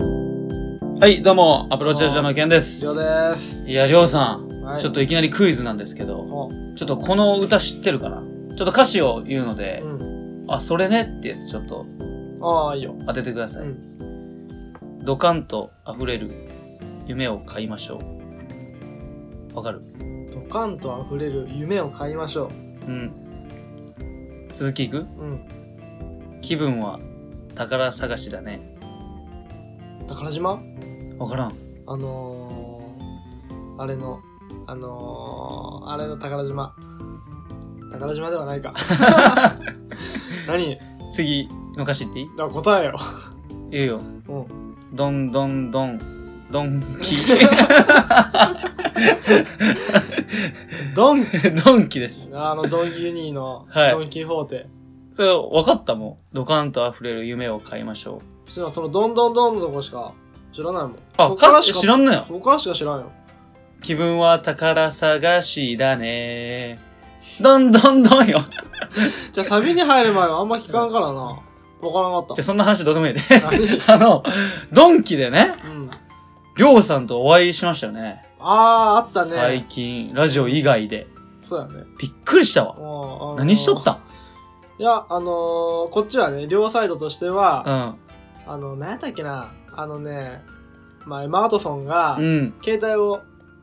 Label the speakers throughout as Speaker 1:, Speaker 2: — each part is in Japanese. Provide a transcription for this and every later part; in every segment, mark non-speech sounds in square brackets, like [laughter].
Speaker 1: はい、どうも、アプローチラジオのケンです。
Speaker 2: りょうです。
Speaker 1: いや、りょうさん、
Speaker 2: はい
Speaker 1: ちょっといきなりクイズなんですけど、
Speaker 2: お
Speaker 1: ちょっとこの歌知ってるかなちょっと歌詞を言うので、
Speaker 2: うん。
Speaker 1: あ、それねってやつちょっと
Speaker 2: ああ、いいよ。
Speaker 1: 当ててください。
Speaker 2: うん
Speaker 1: ドカンと溢れる夢を買いましょう。わかる
Speaker 2: ドカンと溢れる夢を買いましょ
Speaker 1: うん。続きいく
Speaker 2: う。うん。
Speaker 1: 気分は宝探しだね。
Speaker 2: 宝島
Speaker 1: わからん。
Speaker 2: あのー、あれの、あのー、あれの宝島。宝島で
Speaker 1: [laughs]
Speaker 2: はないか。何
Speaker 1: 次の歌詞っていい
Speaker 2: あ答えよ。
Speaker 1: 言うよ。
Speaker 2: うん。
Speaker 1: [laughs] どんどんどん、ドン
Speaker 2: [laughs]
Speaker 1: キ。
Speaker 2: ドン
Speaker 1: ドンキです。
Speaker 2: あの、ドンキユニーの、
Speaker 1: はい
Speaker 2: ドンキホーテ。
Speaker 1: それ分かったもん。ドカンと溢れる夢を買いましょう。
Speaker 2: 知らんその、ドンドンドンのとこしか知らないもん。
Speaker 1: あ、
Speaker 2: ここから
Speaker 1: 歌詞
Speaker 2: しか
Speaker 1: 知らんの
Speaker 2: [laughs]
Speaker 1: よ。
Speaker 2: そこからしか知らんよ。
Speaker 1: 気分は宝探しだね。どんどんどんよ。
Speaker 2: じゃあ、サビに入る前はあんま聞かんからな。わからなか
Speaker 1: じゃ、
Speaker 2: っ
Speaker 1: そんな話どうでもいいで。
Speaker 2: た。何
Speaker 1: [laughs] あの、ドンキでね、
Speaker 2: [laughs] うん。
Speaker 1: りょうさんとお会いしましたよね。
Speaker 2: ああ、あったね。
Speaker 1: 最近、ラジオ以外で。
Speaker 2: そうだね。
Speaker 1: びっくりしたわ。
Speaker 2: もうあのー
Speaker 1: 何しとったん
Speaker 2: いや、あのー、こっちはね、両サイドとしては、
Speaker 1: う
Speaker 2: あの、何やったっけな、あのね、まあ、エマ・アトソンが
Speaker 1: ん。う、ん。
Speaker 2: 携帯を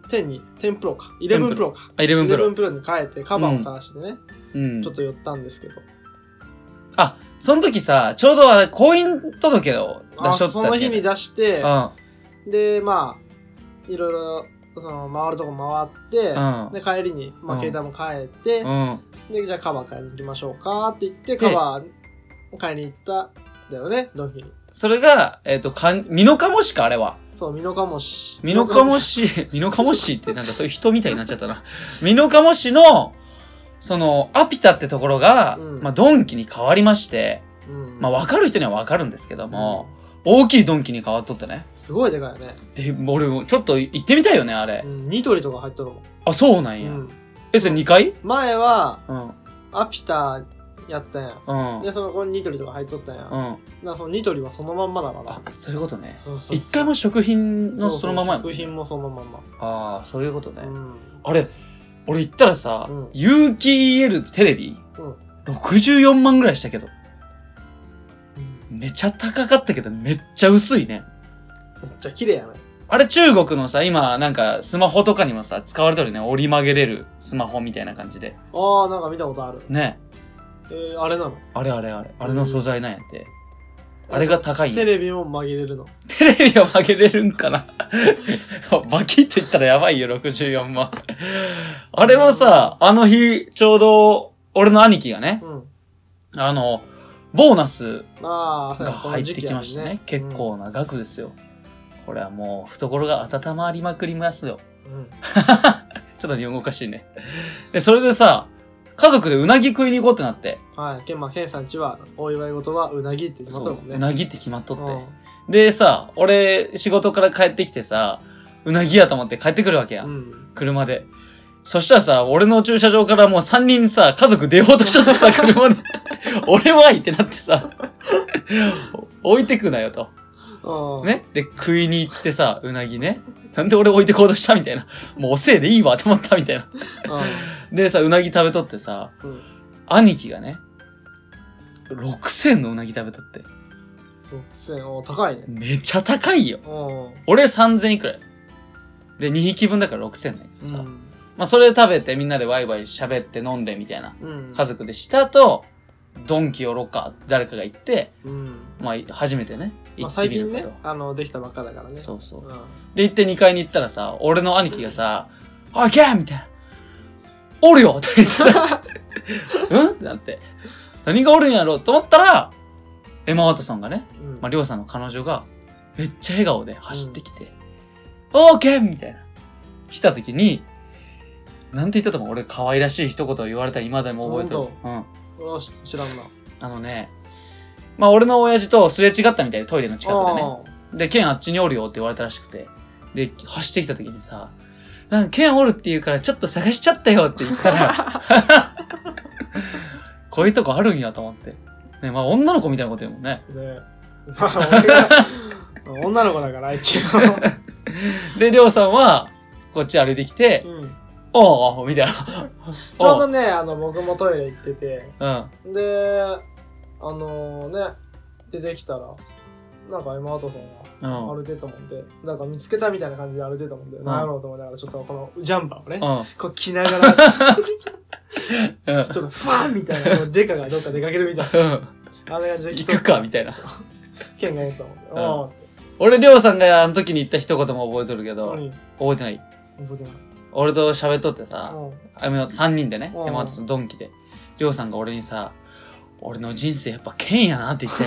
Speaker 2: 10に、10プロか、11プロか、
Speaker 1: あ、イレブンプロ
Speaker 2: 11。プロに変えてカバーを探してね、
Speaker 1: うん
Speaker 2: ちょ。っと寄ったんですけど、
Speaker 1: その時さ、ちょうどあれ、婚姻届を出
Speaker 2: あ
Speaker 1: しとった
Speaker 2: その日に
Speaker 1: 出
Speaker 2: 出して
Speaker 1: う、ん。
Speaker 2: で、まあ、いろいろ、その、回るとこ回って、
Speaker 1: うん
Speaker 2: で、帰りに、ま
Speaker 1: う
Speaker 2: あ、
Speaker 1: ん
Speaker 2: 携帯も変えて、
Speaker 1: うん。
Speaker 2: で、じゃあカバー買いに行きましょうかって言って、カバー買いに行った、だよね、ドンキに。
Speaker 1: それが、えっ、と、かん、ミノカモシか、あれは。
Speaker 2: そう、ミノカモシ。
Speaker 1: ミノカモシ、 [laughs] ミノカモシってなんかそういう人みたいになっちゃった
Speaker 2: [laughs]
Speaker 1: な。ミノカモシの、その、アピタってところが、
Speaker 2: うん
Speaker 1: まあ、ドンキに変わりまして、
Speaker 2: うん。
Speaker 1: まあ、わかる人にはわかるんですけども、大きいドンキに変わっとってね。
Speaker 2: すごいでかいよね。
Speaker 1: で、俺もちょっと行ってみたいよね、あれ
Speaker 2: う。ん、ニトリとか入っとるもん。
Speaker 1: あ、そうなん
Speaker 2: う
Speaker 1: や。
Speaker 2: ん、
Speaker 1: え、それ2階
Speaker 2: 前は、
Speaker 1: うん。
Speaker 2: アピタやったんや。
Speaker 1: うん。うん。
Speaker 2: で、その子にニトリとか入っとったんや。だか
Speaker 1: あ、
Speaker 2: らそのニトリはそのまんまだから。
Speaker 1: そういうことね。
Speaker 2: そうそうそう
Speaker 1: 一回も食品の
Speaker 2: うう
Speaker 1: そのままやもん
Speaker 2: 食
Speaker 1: ね
Speaker 2: 品もそのまんま。
Speaker 1: ああ、そういうことね。
Speaker 2: うん。
Speaker 1: あれ、俺行ったらさ、
Speaker 2: うん
Speaker 1: 有機 EL テレビ、
Speaker 2: うん
Speaker 1: 64万ぐらいしたけど、
Speaker 2: うん
Speaker 1: めちゃ高かったけど、めっちゃ薄いね。
Speaker 2: めっちゃ綺麗やね。
Speaker 1: あれ中国のさ、今なんかスマホとかにもさ、使われてるね。折り曲げれるスマホみたいな感じで。
Speaker 2: ああ、なんか見たことある。
Speaker 1: ね。
Speaker 2: えー、あれなの
Speaker 1: あれあれあれ。あれの素材なんやって。あれが高いん
Speaker 2: テ
Speaker 1: や。
Speaker 2: レビも紛れるの。
Speaker 1: テレビを曲げれるんかな [laughs] バキって言ったらやばいよ、64万。あれもさ、あの日、ちょうど、俺の兄貴がね、
Speaker 2: うん。
Speaker 1: あの、ボーナス
Speaker 2: ああ、
Speaker 1: が入ってきましたね。結。構な額ですよ。これはもう、懐が温まりまくりますよ。
Speaker 2: この時期やもんね
Speaker 1: ちょっと日本語おかしいね。で、それでさ、家族でうなぎ食いに行こうってなって、
Speaker 2: うん。はい。けんまあ、ケンさんちは、お祝い事はうなぎって決まっ
Speaker 1: そ
Speaker 2: と
Speaker 1: う
Speaker 2: るもんね。
Speaker 1: うなぎって決まっと
Speaker 2: う
Speaker 1: って。でさ、俺、仕事から帰ってきてさ、うなぎやと思って帰ってくるわけや。
Speaker 2: んうん。
Speaker 1: 車で。そしたらさ、俺の駐車場からもう3人さ、家族出ようとしちゃって
Speaker 2: [laughs]
Speaker 1: さ、車で。俺はいってなってさ、置いてくなよと。
Speaker 2: うん。
Speaker 1: ね。で、食いに行ってさ、うなぎね。なんで俺置いてこうとしたみたいな。もうおせいでいいわと思ったみたいな。でさ、うなぎ食べとってさ、
Speaker 2: うん。うん。
Speaker 1: 兄貴がね、6000のうなぎ食べとって。
Speaker 2: 6000お高いね
Speaker 1: めちゃ高いよ。
Speaker 2: うん
Speaker 1: 俺3000いくらよで、2匹分だから6000ね。
Speaker 2: う
Speaker 1: さ、ま
Speaker 2: ん
Speaker 1: あそれ食べてみんなでワイワイ喋って飲んでみたいな。
Speaker 2: うん
Speaker 1: 家族でした後、ドンキ寄ろうかって誰かが言って、
Speaker 2: うん
Speaker 1: まあ初めてね、行
Speaker 2: ま
Speaker 1: っ
Speaker 2: あ
Speaker 1: て
Speaker 2: 最
Speaker 1: みる
Speaker 2: 近
Speaker 1: け
Speaker 2: ね
Speaker 1: ど。
Speaker 2: あのできたばっかだからね
Speaker 1: そうそうう。
Speaker 2: ん
Speaker 1: で、行って2階に行ったらさ、俺の兄貴がさ、あ、ゲーみたいな。おるよって言ってさ、 [laughs] うんってなって。何がおるんやろうと思ったら、エマ・ワトソンがね、
Speaker 2: うん
Speaker 1: まあ、りょうさんの彼女が、めっちゃ笑顔で走ってきて、オーケーみたいな。来た時に、なんて言ったと思う俺可愛らしい一言を言われたら今でも覚えてるう
Speaker 2: 本。
Speaker 1: ん。
Speaker 2: 俺はし知らんな
Speaker 1: あのね、まあ俺の親父とすれ違ったみたいでトイレの近くでね。で、ケンあっちにおるよって言われたらしくて。で、走ってきた時にさ、なんかケンおるって言うからちょっと探しちゃったよって言った
Speaker 2: [laughs]
Speaker 1: ら、こういうとこあるんやと思って。ね、まあ女の子みたいなこと言うもんね。
Speaker 2: あーでまあ俺が女の子だから、一応。
Speaker 1: で、りょうさんは、こっち歩いてきて、
Speaker 2: うん
Speaker 1: おうおうみたいな。
Speaker 2: ちょう
Speaker 1: お
Speaker 2: ど
Speaker 1: う
Speaker 2: ね、あの、僕もトイレ行ってて、
Speaker 1: うん。
Speaker 2: で、あのね、出てきたら、なんか今、トさんが
Speaker 1: うん。う
Speaker 2: 歩
Speaker 1: ん。
Speaker 2: いてたもんで、なんか見つけたみたいな感じで歩いてたもんで、
Speaker 1: ん
Speaker 2: なんやろうと思いながら、ちょっとこのジャンバーをね、
Speaker 1: うん。
Speaker 2: こう着ながら、 [laughs] ち
Speaker 1: うん
Speaker 2: ょっとファンみたいな、こうデカがどっか出かけるみたいな、あんな感じで
Speaker 1: [laughs] 行
Speaker 2: 来とっ
Speaker 1: くか、みたいな。
Speaker 2: 剣が思ったもんで、
Speaker 1: ん
Speaker 2: あ
Speaker 1: 俺、りょうさんがあの時に言った一言も覚えとるけ
Speaker 2: あ、
Speaker 1: ど、
Speaker 2: 何
Speaker 1: 覚えてない。
Speaker 2: 覚えてない。
Speaker 1: 俺と喋っとってさ、
Speaker 2: うん
Speaker 1: あの、3人でね、
Speaker 2: うん
Speaker 1: 山形のドンキで、りょうさんが俺にさ、俺の人生やっぱ剣やなって
Speaker 2: [laughs]
Speaker 1: 言って、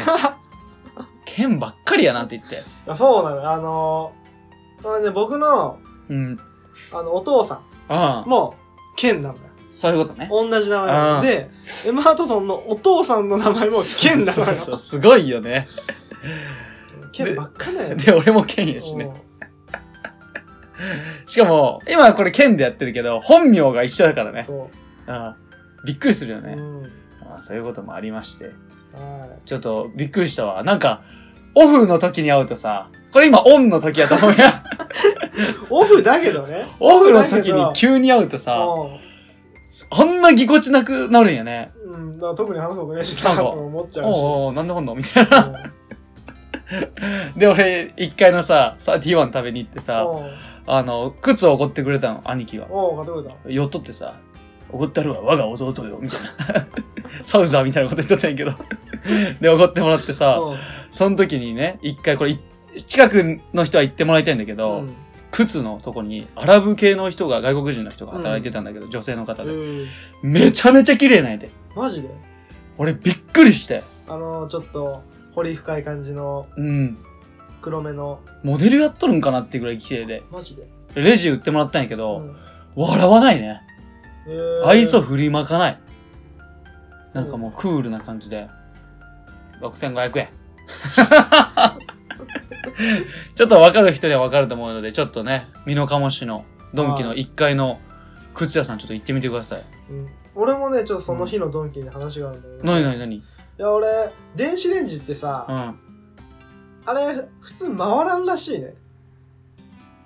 Speaker 1: 剣ばっかりやなって言って、
Speaker 2: いやそうなのあのー、これね僕の
Speaker 1: うん、
Speaker 2: あのお父さ
Speaker 1: あ
Speaker 2: んも剣なのよ
Speaker 1: そういうことね。
Speaker 2: 同じ名前な
Speaker 1: うん
Speaker 2: のでエマ・ハートソンのお父さんの名前も剣なの
Speaker 1: そう
Speaker 2: よ
Speaker 1: そう、すごいよね。
Speaker 2: 剣ばっかだよね
Speaker 1: で、俺も剣やしね。しかも、今これ剣でやってるけど、本名が一緒だから
Speaker 2: うん
Speaker 1: ね。
Speaker 2: そ
Speaker 1: うんびっくりするよ
Speaker 2: う、
Speaker 1: ね
Speaker 2: う。ん
Speaker 1: あそういうこともありまして。
Speaker 2: は
Speaker 1: ちょっとびっくりしたわ。なんか、オフの時に会うとさ、これ今オンの時やと思う
Speaker 2: [laughs]
Speaker 1: やん。
Speaker 2: い、オフだけどね
Speaker 1: オフの時に
Speaker 2: だけ
Speaker 1: 急に会うとさ、
Speaker 2: ど
Speaker 1: あんなぎこちなくなるんやね。
Speaker 2: うん、うん、だから特に話そうとねしたなと思っちゃうし
Speaker 1: おうおう、なんでほんのみたいな。 [laughs] で、俺、一階のさ、31食べに行ってさ、
Speaker 2: おうん
Speaker 1: あの、靴をおごってくれたの、兄貴が。
Speaker 2: おう買ってくれた
Speaker 1: 寄っとってさ、おごったるわ、我が弟よ、みたいな。 [laughs] サウザーみたいなこと言っとったんやけど。 [laughs] で、おごってもらってさ、
Speaker 2: うん
Speaker 1: その時にね、一回これ、い近くの人は行ってもらいたいんだけど、
Speaker 2: うん
Speaker 1: 靴のとこにアラブ系の人が、外国人の人が働いてたんだけど、女性の方で。
Speaker 2: うん
Speaker 1: めちゃめちゃ綺麗なんやで。
Speaker 2: マジで
Speaker 1: 俺びっくりして。
Speaker 2: あのー、ちょっと彫り深い感じの
Speaker 1: うん。
Speaker 2: 黒目の
Speaker 1: モデルやっとるんかなっていうぐらい綺麗で。
Speaker 2: マジで、
Speaker 1: レジ売ってもらったんやけ
Speaker 2: う
Speaker 1: ど、
Speaker 2: ん
Speaker 1: 笑わないね。
Speaker 2: えー
Speaker 1: 愛想振りまかない。なんかもうクールな感じで。6500円。 [laughs] ちょっとわかる人にはわかると思うので、ちょっとね、美濃加茂市のドンキの1階の靴屋さんちょっと行ってみてください。
Speaker 2: うん、俺もねちょっとその日のドンキで話があるんだけど、
Speaker 1: なに
Speaker 2: い
Speaker 1: なになに
Speaker 2: や俺電子レンジってさ、
Speaker 1: うん。
Speaker 2: あれ普通回らんらしいね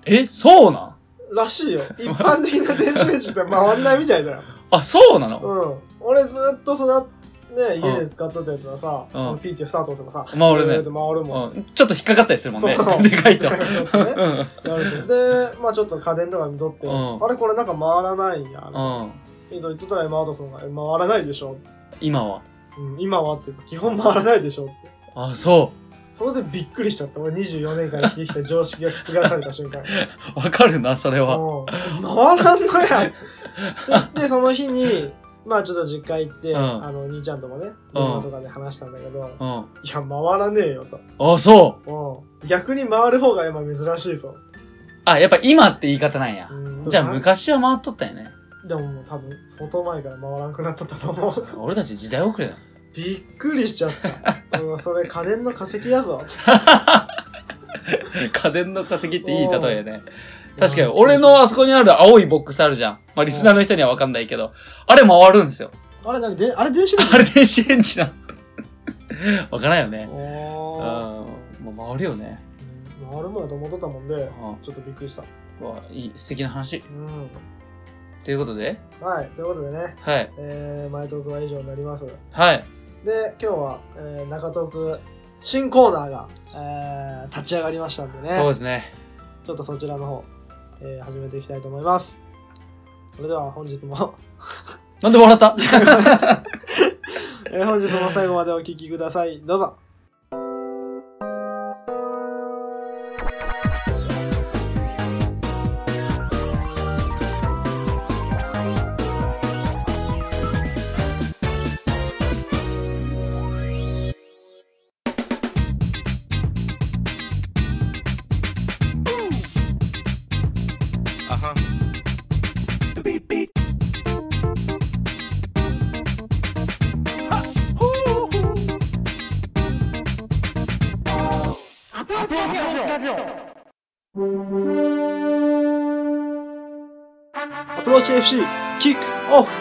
Speaker 1: え、そうなん
Speaker 2: らしいよ一般的な電子レンジって回んないみたいだよ
Speaker 1: あ、そうなの、
Speaker 2: うん俺ずっとそのね家で使っとったやつはさ、
Speaker 1: うん
Speaker 2: あのピーってスタートすればさ
Speaker 1: 回るね
Speaker 2: えーっと回る
Speaker 1: う
Speaker 2: もん、
Speaker 1: ん、ちょっと引っかかったりするもんね [laughs]
Speaker 2: そう。
Speaker 1: でかいと。
Speaker 2: ちょっとね
Speaker 1: うん。
Speaker 2: やるとでまあちょっと家電とか見とって、
Speaker 1: うん
Speaker 2: あれこれなんか回らないんや、
Speaker 1: [laughs] うん。
Speaker 2: えっと言っとったらエマ・アートソンがえ「回らないでしょ、
Speaker 1: 今は。
Speaker 2: うん、今は」って基本回らないでしょって
Speaker 1: あ、そ
Speaker 2: そこでびっくりしちゃった。俺24年間生きてきた常識が覆された
Speaker 1: [laughs]
Speaker 2: 瞬間。
Speaker 1: う。わかるな、それは。
Speaker 2: もう、回らんのやん。で、でその日に、まあちょっと実家行って、
Speaker 1: うん
Speaker 2: あの、兄ちゃんともね、電話とかで話したんだけど、い
Speaker 1: うん。
Speaker 2: や、回らねえよと。
Speaker 1: あ、そう。
Speaker 2: うん逆に回る方が今珍しいぞ。
Speaker 1: あ、やっぱ今って言い方なんや
Speaker 2: う。ん
Speaker 1: じゃあ
Speaker 2: な
Speaker 1: 昔は回っとったよね。
Speaker 2: でももう多分、相当前から回らんくなっとったと思う。 [laughs]
Speaker 1: 俺たち時代遅れだ。
Speaker 2: びっくりしちゃった。うんそれ家電の化石やぞ。
Speaker 1: [laughs] 家電の化石っていい例えやね。確かに、俺のあそこにある青いボックスあるじゃん。まあ、リスナーの人にはわかんないけど。あれ回るんですよ。 [laughs]
Speaker 2: あれ何で、あれ電子レンジ
Speaker 1: あれ電子レンジな [laughs] の。わからんよね。う
Speaker 2: お
Speaker 1: ん。
Speaker 2: ー
Speaker 1: まあ、回るよね。
Speaker 2: 回るもんだと思っとったもんで
Speaker 1: う、ん。
Speaker 2: ちょっとびっくりした。
Speaker 1: うわ、いい、素敵な話。
Speaker 2: うん。
Speaker 1: ということで、
Speaker 2: はい、ということでね、
Speaker 1: はい。
Speaker 2: えー、前トークは以上になります。で、
Speaker 1: はい。
Speaker 2: 今日は、えー、中トーク新コーナーが、えー、立ち上がりましたんで
Speaker 1: そう
Speaker 2: ね
Speaker 1: で、すね。
Speaker 2: ちょっとそちらの方、えー、始めていきたいと思います。それでは本日も、 [laughs]
Speaker 1: なんで笑 [laughs] った
Speaker 2: えー、本日も最後までお聞きください。どうぞ。
Speaker 3: Uh-huh.
Speaker 2: アプローチ FC
Speaker 1: [laughs]
Speaker 2: キックオフ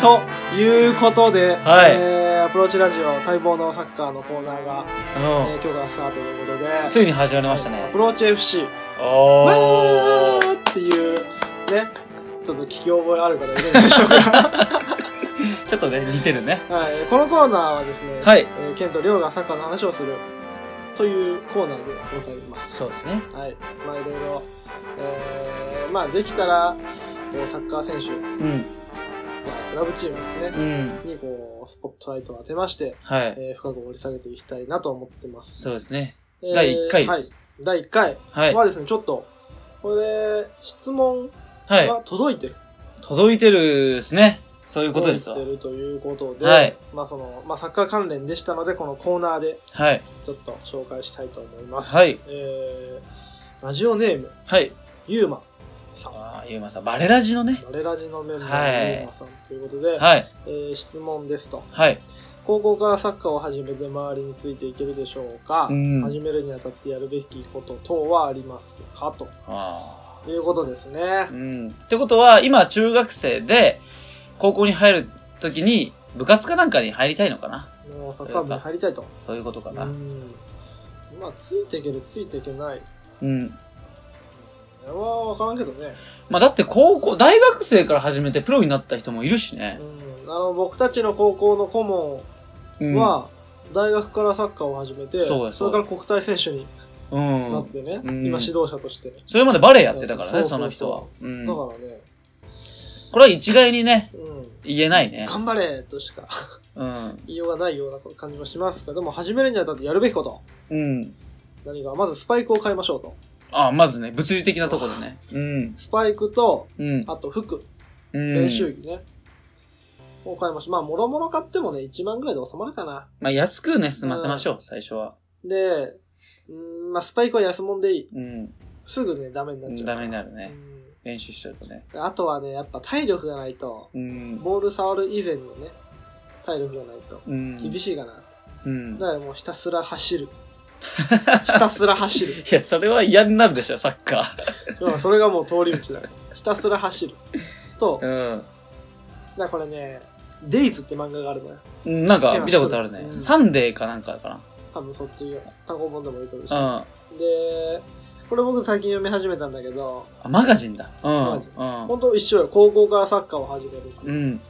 Speaker 2: ということで、
Speaker 1: はい
Speaker 2: えー、アププローチラジオ待望のサッカーのコーナーが、えー
Speaker 1: う
Speaker 2: 今日からスタートということで、
Speaker 1: ん。ついに始まりました
Speaker 2: はいア
Speaker 1: ね。
Speaker 2: プローチ FC、
Speaker 1: お
Speaker 2: わ
Speaker 1: ー。
Speaker 2: ーっていう、ね、ちょっと聞き覚えある方いるんでしょうか。
Speaker 1: ちょっとね、似てるね。
Speaker 2: はい、このコーナーはですね、
Speaker 1: はい
Speaker 2: えー、ケンとリョウがサッカーの話をするというコーナーでございます。
Speaker 1: そうですね。
Speaker 2: はい、まあいろいろ、えー、まあできたら、こうサッカー選手、
Speaker 1: うん。
Speaker 2: まあ、クラブチームです
Speaker 1: う
Speaker 2: ね、
Speaker 1: ん。
Speaker 2: にこう、スポットライトを当てまして、
Speaker 1: はい。
Speaker 2: えー、深く掘り下げていきたいなと思ってます。
Speaker 1: そうですね。
Speaker 2: えー
Speaker 1: 第一回です。
Speaker 2: はい、第1回
Speaker 1: はい。
Speaker 2: はですね、ちょっと、これ、質問
Speaker 1: は
Speaker 2: が届いてる。
Speaker 1: い。届いてるですね。そういうことですわ
Speaker 2: 届い。てるということで、
Speaker 1: はい
Speaker 2: まあその、まあサッカー関連でしたので、このコーナーで
Speaker 1: はい。
Speaker 2: ちょっと紹介したいと思います。
Speaker 1: はい。
Speaker 2: えー、ラジオネーム、
Speaker 1: はい。
Speaker 2: ゆうまさん。
Speaker 1: ああ、ゆうまさん、バレラジのね。
Speaker 2: 我ラジのメンバ
Speaker 1: は
Speaker 2: ー
Speaker 1: い
Speaker 2: のゆうまさんということで、
Speaker 1: はい。
Speaker 2: えー質問ですと。
Speaker 1: はい。
Speaker 2: 高校からサッカーを始めて周りについていけるでしょうか、
Speaker 1: うん
Speaker 2: 始めるにあたってやるべきこと等はありますかと
Speaker 1: あ
Speaker 2: いうことですね
Speaker 1: ー。うん。ってことは、今、中学生で、高校に入るときに、部活かなんかに入りたいのかな。
Speaker 2: もうサッカー部に入りたいと。
Speaker 1: そういうことか
Speaker 2: う
Speaker 1: な。
Speaker 2: ん。まあ、ついていける、ついていけない。
Speaker 1: うん。
Speaker 2: あれは分からんけどね。
Speaker 1: まあ、だって、高校、大学生から始めてプロになった人もいるしね
Speaker 2: う。ん。あの、僕たちの高校の顧問
Speaker 1: うん。
Speaker 2: は、大学からサッカーを始めて、
Speaker 1: そうやそう
Speaker 2: れから国体選手に
Speaker 1: う
Speaker 2: なっ
Speaker 1: ん。
Speaker 2: てね、
Speaker 1: うん
Speaker 2: 今指導者として。
Speaker 1: それまでバレエやってたから
Speaker 2: うん
Speaker 1: ね、
Speaker 2: そ
Speaker 1: そう
Speaker 2: そ
Speaker 1: の
Speaker 2: う
Speaker 1: 人はう
Speaker 2: そ。
Speaker 1: ん。
Speaker 2: だか
Speaker 1: こ
Speaker 2: らね、
Speaker 1: れは一概にね、
Speaker 2: うん。
Speaker 1: 言えないね。
Speaker 2: 頑張れとしか
Speaker 1: うん。
Speaker 2: 言いようがないような感じもしますが、でも始めるにあたってやるべきこと。
Speaker 1: うん。
Speaker 2: 何か、まずスパイクを買いましょうと。
Speaker 1: ああ、まずね、物理的なところでね。うん。
Speaker 2: スパイクと、
Speaker 1: うん。
Speaker 2: あと服、
Speaker 1: うん。
Speaker 2: 練習着ね。を買いました。まあ、もろもろ買ってもね、1万ぐらいで収まるかな。
Speaker 1: まあ、安くね、済ませましょう、最初は。
Speaker 2: で、うん、まあ、スパイクは安物でいい。
Speaker 1: うん。
Speaker 2: すぐね、ダメになっちゃう。
Speaker 1: ダメになる
Speaker 2: う
Speaker 1: ね。
Speaker 2: ん
Speaker 1: 練習してるとね。
Speaker 2: あとはね、やっぱ体力がないと、
Speaker 1: うん。
Speaker 2: ボール触る以前のね、体力がないと、
Speaker 1: うん。
Speaker 2: 厳
Speaker 1: しい。
Speaker 2: しいかな。
Speaker 1: うん。
Speaker 2: だからもうひたすら
Speaker 1: [laughs]
Speaker 2: 走る。ひたすら走る。
Speaker 1: いや、それは嫌になるでしょ、サッカ
Speaker 2: だからそれがもう通り道だから。ひたすら走る。と、だか
Speaker 1: ー。
Speaker 2: らこれね、デイズって漫画があるのよ。
Speaker 1: うん。なん
Speaker 2: い
Speaker 1: か、
Speaker 2: や
Speaker 1: 見たことある
Speaker 2: う
Speaker 1: ね。
Speaker 2: ん
Speaker 1: サンデーかなんかか
Speaker 2: 多分そっち、単行本でもいいとるし。
Speaker 1: な。うん。
Speaker 2: で、これ僕最近読み始めたんだけど、
Speaker 1: あ、マガジンだ。う
Speaker 2: マガ
Speaker 1: ん
Speaker 2: ジ。本当一緒よ。高校からサッカーを始めるっていう
Speaker 1: うん。うん。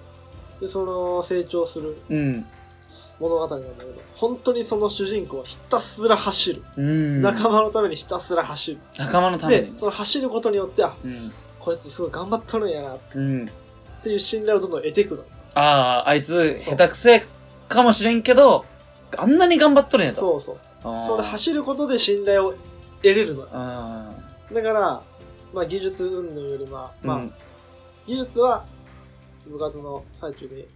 Speaker 2: で、その成長する
Speaker 1: うん。
Speaker 2: 物語なんだけど、本当にその主人公はひたすら走る。
Speaker 1: うん。
Speaker 2: 仲間のためにひたすら走る。
Speaker 1: 仲間のため
Speaker 2: で
Speaker 1: に、。
Speaker 2: その走ることによって、あ、
Speaker 1: うん。
Speaker 2: こいつすごい頑張っとるんやなっ
Speaker 1: うん。
Speaker 2: ていう信頼をどんどん得ていくの。
Speaker 1: ああ、あいつ、下手くせかもしれんけど、あんなに頑張っとるんやと。
Speaker 2: そうそう。
Speaker 1: あー
Speaker 2: それ走ることで信頼を得れるのよ。
Speaker 1: あ
Speaker 2: だから、まあ技術云々よりまあ、
Speaker 1: ー。
Speaker 2: まあ、
Speaker 1: うん。
Speaker 2: 技術は部活の最中で。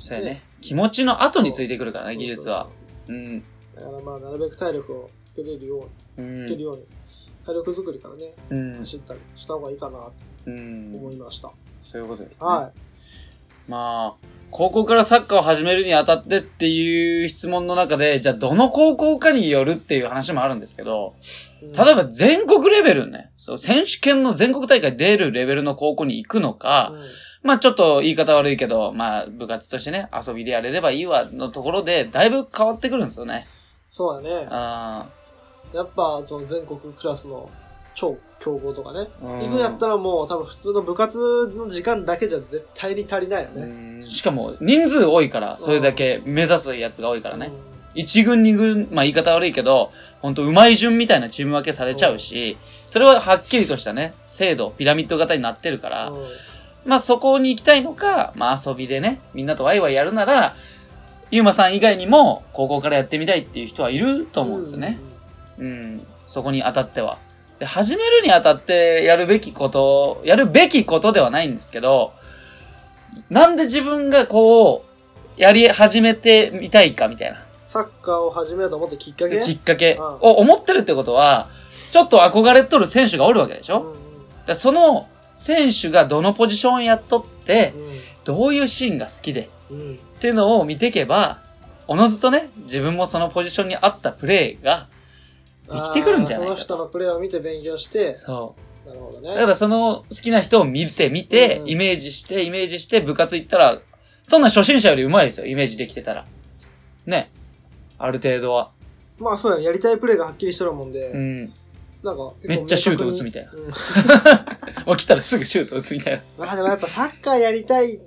Speaker 1: そうやね
Speaker 2: ね。
Speaker 1: 気持ちの後についてくるからね、技術は。うん。
Speaker 2: そうそうそう。だからまあ、なるべく体力をつけれるように、
Speaker 1: うん
Speaker 2: つけるように、体力作りからね、
Speaker 1: うん。
Speaker 2: 走ったりした方がいいかなと
Speaker 1: うん
Speaker 2: 思いました。
Speaker 1: そういうことです、ね。
Speaker 2: はい。
Speaker 1: まあ、高校からサッカーを始めるにあたってっていう質問の中で、じゃあどの高校かによるっていう話もあるんですけど、
Speaker 2: うん
Speaker 1: 例えば全国レベルね、そう、選手権の全国大会出るレベルの高校に行くのか、
Speaker 2: う
Speaker 1: まあちょっと言い方悪いけど、まあ部活としてね、遊びでやれればいいわのところで、だいぶ変わってくるんですよね。
Speaker 2: んそうだね。
Speaker 1: あ
Speaker 2: やっぱ、その全国クラスの超強豪とかね。
Speaker 1: うん
Speaker 2: 行くんやったらもう多分普通の部活の時間だけじゃ絶対に足りないよね。
Speaker 1: ーしかも人数多いから、それだけ目指すやつが多いからね。
Speaker 2: うん
Speaker 1: 一軍二軍、まあ言い方悪いけど、本当うまい順みたいなチーム分けされちゃうし、それははっきりとしたね、制度、ピラミッド型になってるから、
Speaker 2: うん
Speaker 1: まあそこに行きたいのか、まあ遊びでね、みんなとワイワイやるなら、ゆうまさん以外にも高校からやってみたいっていう人はいると思うんですよね。。うん、そこに当たっては。で、始めるにあたってやるべきこと、やるべきことではないんですけど、なんで自分がこう、やり始めてみたいかみたいな。
Speaker 2: サッカーを始めようと思ったきっかけ
Speaker 1: きっかけ
Speaker 2: うん
Speaker 1: を思ってるってことは、ちょっと憧れとる選手がおるわけでし
Speaker 2: う
Speaker 1: ょ、
Speaker 2: ん
Speaker 1: だからその選手がどのポジションやっとって、どういうシーンが好きで
Speaker 2: うんうん
Speaker 1: っていうのを見ていけば、おのずとね、自分もそのポジションに合ったプレーが、生きてくるんじゃない
Speaker 2: あ
Speaker 1: か
Speaker 2: ー
Speaker 1: と
Speaker 2: その人のプレーを見て勉強して、
Speaker 1: そう。
Speaker 2: なるほど
Speaker 1: だか
Speaker 2: ね。
Speaker 1: らその好きな人を見て見て
Speaker 2: う、ん
Speaker 1: イメージして、イメージして部活行ったら、そんな初心者より上手いですよ、イメージできてたら。ね。ある程度は。
Speaker 2: まあそうやねやりたいプレーがはっきりしとるもんで、
Speaker 1: うん。
Speaker 2: なんか
Speaker 1: めっちゃシュート打つみたいな
Speaker 2: な、うん
Speaker 1: もう来たらすぐシュート打つみたいな。
Speaker 2: まあでもやっぱサッカーやりたいっ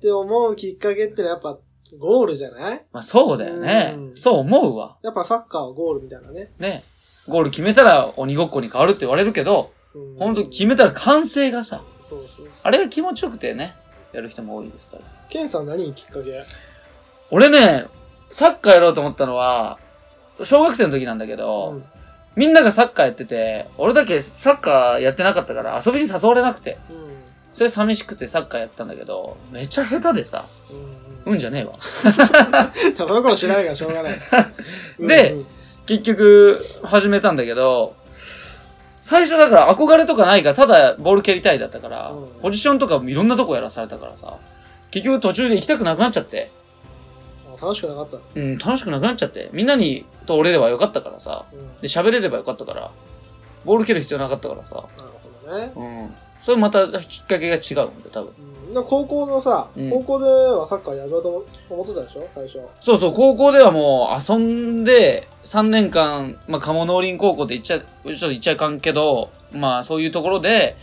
Speaker 2: て思うきっかけってのはやっぱゴールじゃない
Speaker 1: まあそうだよね
Speaker 2: う。ん
Speaker 1: そう思うわ。
Speaker 2: やっぱサッカーはゴールみたいなね。
Speaker 1: ね。ゴール決めたら鬼ごっこに変わるって言われるけど、
Speaker 2: うん
Speaker 1: 本当決めたら歓声がさ、
Speaker 2: そうそうそう。
Speaker 1: あれが気持ちよくてね、やる人も多いですから。
Speaker 2: ケンさん何きっかけ
Speaker 1: 俺ね、サッカーやろうと思ったのは、小学生の時なんだけど、
Speaker 2: うん
Speaker 1: みんながサッカーやってて、俺だけサッカーやってなかったから遊びに誘われなくて、
Speaker 2: うん
Speaker 1: それ寂しくてサッカーやったんだけど、めちゃ下手でさ、
Speaker 2: うん
Speaker 1: うんじゃねえわ。
Speaker 2: じゃあその頃知らないからしょ
Speaker 1: [laughs]
Speaker 2: うがない。
Speaker 1: で
Speaker 2: うんうん
Speaker 1: 結局、始めたんだけど、最初だから憧れとかないから、ただボール蹴りたいだったから
Speaker 2: うん、
Speaker 1: ポジションとかいろんなとこやらされたからさ、結局途中で行きたくなくなっちゃって、
Speaker 2: あ楽しくなかった。
Speaker 1: うん、楽しくなくなっちゃって、みんなにと俺ればよかったからさ、
Speaker 2: うん
Speaker 1: で、喋れればよかったから、ボール蹴る必要なかったからさ、
Speaker 2: なるほどね。
Speaker 1: うん。それまたきっかけが違うんだよ、多分。
Speaker 2: うんでも高校のさ、
Speaker 1: うん
Speaker 2: 高校ではサッカーやろうと思ってたでしょ最初。
Speaker 1: そうそう、高校ではもう遊んで、3年間、まあ、鴨農林高校って言っちゃ、ちょっと言っちゃいかんけど、まあ、そういうところで、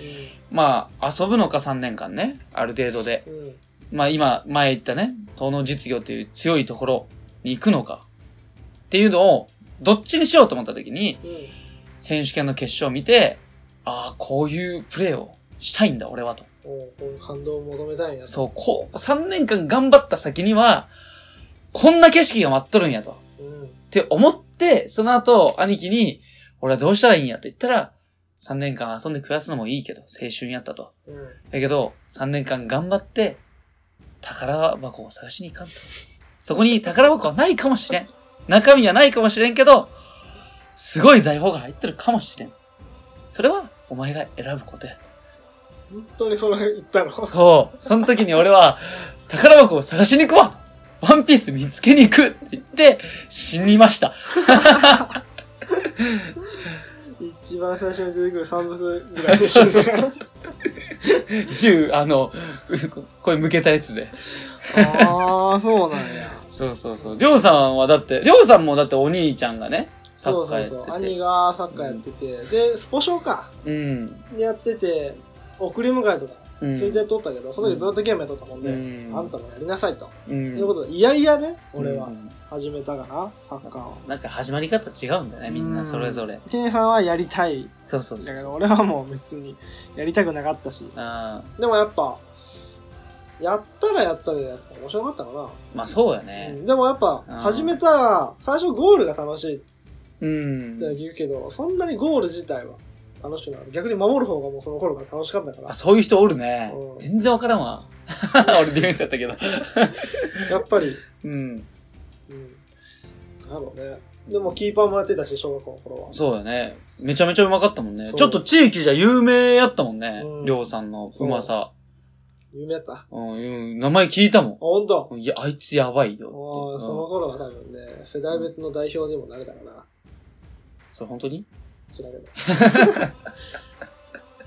Speaker 1: まあ、遊ぶのか3年間ね、ある程度で。
Speaker 2: うん。うん。
Speaker 1: まあ、今、前言ったね、東農実業っていう強いところに行くのか、っていうのを、どっちにしようと思った時に、
Speaker 2: うん。
Speaker 1: 選手権の決勝を見て、ああ、こういうプレーをしたいんだ、俺はと。
Speaker 2: おうこういう感動を求めたいんや。
Speaker 1: そう、こう、3年間頑張った先には、こんな景色が待っとるんやと。っ
Speaker 2: う。うん。
Speaker 1: て思って、その後、兄貴に、俺はどうしたらいいんやと言ったら、3年間遊んで暮らすのもいいけど、青春やったと。
Speaker 2: うん。
Speaker 1: だけど、3年間頑張って、宝箱を探しに行かんと。そこに宝箱はないかもしれん。中身はないかもしれんけど、すごい財宝が入ってるかもしれん。それは、お前が選ぶことやと。
Speaker 2: 本当にそれ言ったの。 [laughs]
Speaker 1: そう。その時に俺は、宝箱を探しに行くわワンピース見つけに行くって言って、死にました。
Speaker 2: 一番最初に出てくる山賊ぐらい
Speaker 1: そうそう [laughs] そう銃、あの、うここれ向けたやつで。
Speaker 2: ああ、そうなんや。
Speaker 1: そうそうそう。りょうさんはだって、りょうさんもだってお兄ちゃんがね、サ
Speaker 2: そう
Speaker 1: ッカー
Speaker 2: そ
Speaker 1: や
Speaker 2: う
Speaker 1: ってて。
Speaker 2: そう。兄がサッカーやってて、で、スポ少か。
Speaker 1: うん。
Speaker 2: でやってて、送り迎えとか、
Speaker 1: う
Speaker 2: それ
Speaker 1: ん。
Speaker 2: で撮ったけど、その時ずっとゲームやっとったもんで、
Speaker 1: うん
Speaker 2: あんたもやりなさいと。
Speaker 1: うん
Speaker 2: ということで、いやいやね、俺
Speaker 1: う
Speaker 2: は
Speaker 1: ん
Speaker 2: 始めたかな、サッカーを。
Speaker 1: なんか始まり方違うんだね、みんなそれぞれ。
Speaker 2: ケンさんはやりたい。
Speaker 1: そうそうそ
Speaker 2: だけ
Speaker 1: う。
Speaker 2: ど、俺はもう別にやりたくなかったし。
Speaker 1: あ
Speaker 2: でもやっぱ、やったらやったで、やっぱ面白かったかな。
Speaker 1: ーまあそうやね
Speaker 2: う。んでもやっぱ、
Speaker 1: うん
Speaker 2: 始めたら、最初ゴールが楽しいって
Speaker 1: うん。
Speaker 2: 言うけど、そんなにゴール自体は楽しくなかった。逆に守る方がもうその頃から楽しかったか
Speaker 1: あ、
Speaker 2: ら、
Speaker 1: そういう人おるね
Speaker 2: う。ん
Speaker 1: 全然わからんわ。 [laughs] 俺ディフェンスやったけど。
Speaker 2: やっぱり、
Speaker 1: うん。
Speaker 2: うん。なるほどね。でもキーパーもやってたし、小学校の頃は。
Speaker 1: そうやね。めちゃめちゃうまかったもんね。
Speaker 2: そう
Speaker 1: ちょっと地域じゃ有名やったもんね
Speaker 2: う。ん
Speaker 1: りょうさんのうまさ。
Speaker 2: 夢やった。あ、
Speaker 1: うんうん、名前聞いたも
Speaker 2: ほんと。
Speaker 1: ん。いや、あいつやばいよって。
Speaker 2: あ
Speaker 1: う
Speaker 2: ー
Speaker 1: ん
Speaker 2: その頃は多分ね、世代別の代表にもなれたかな。
Speaker 1: それ本当に
Speaker 2: 知らんけど。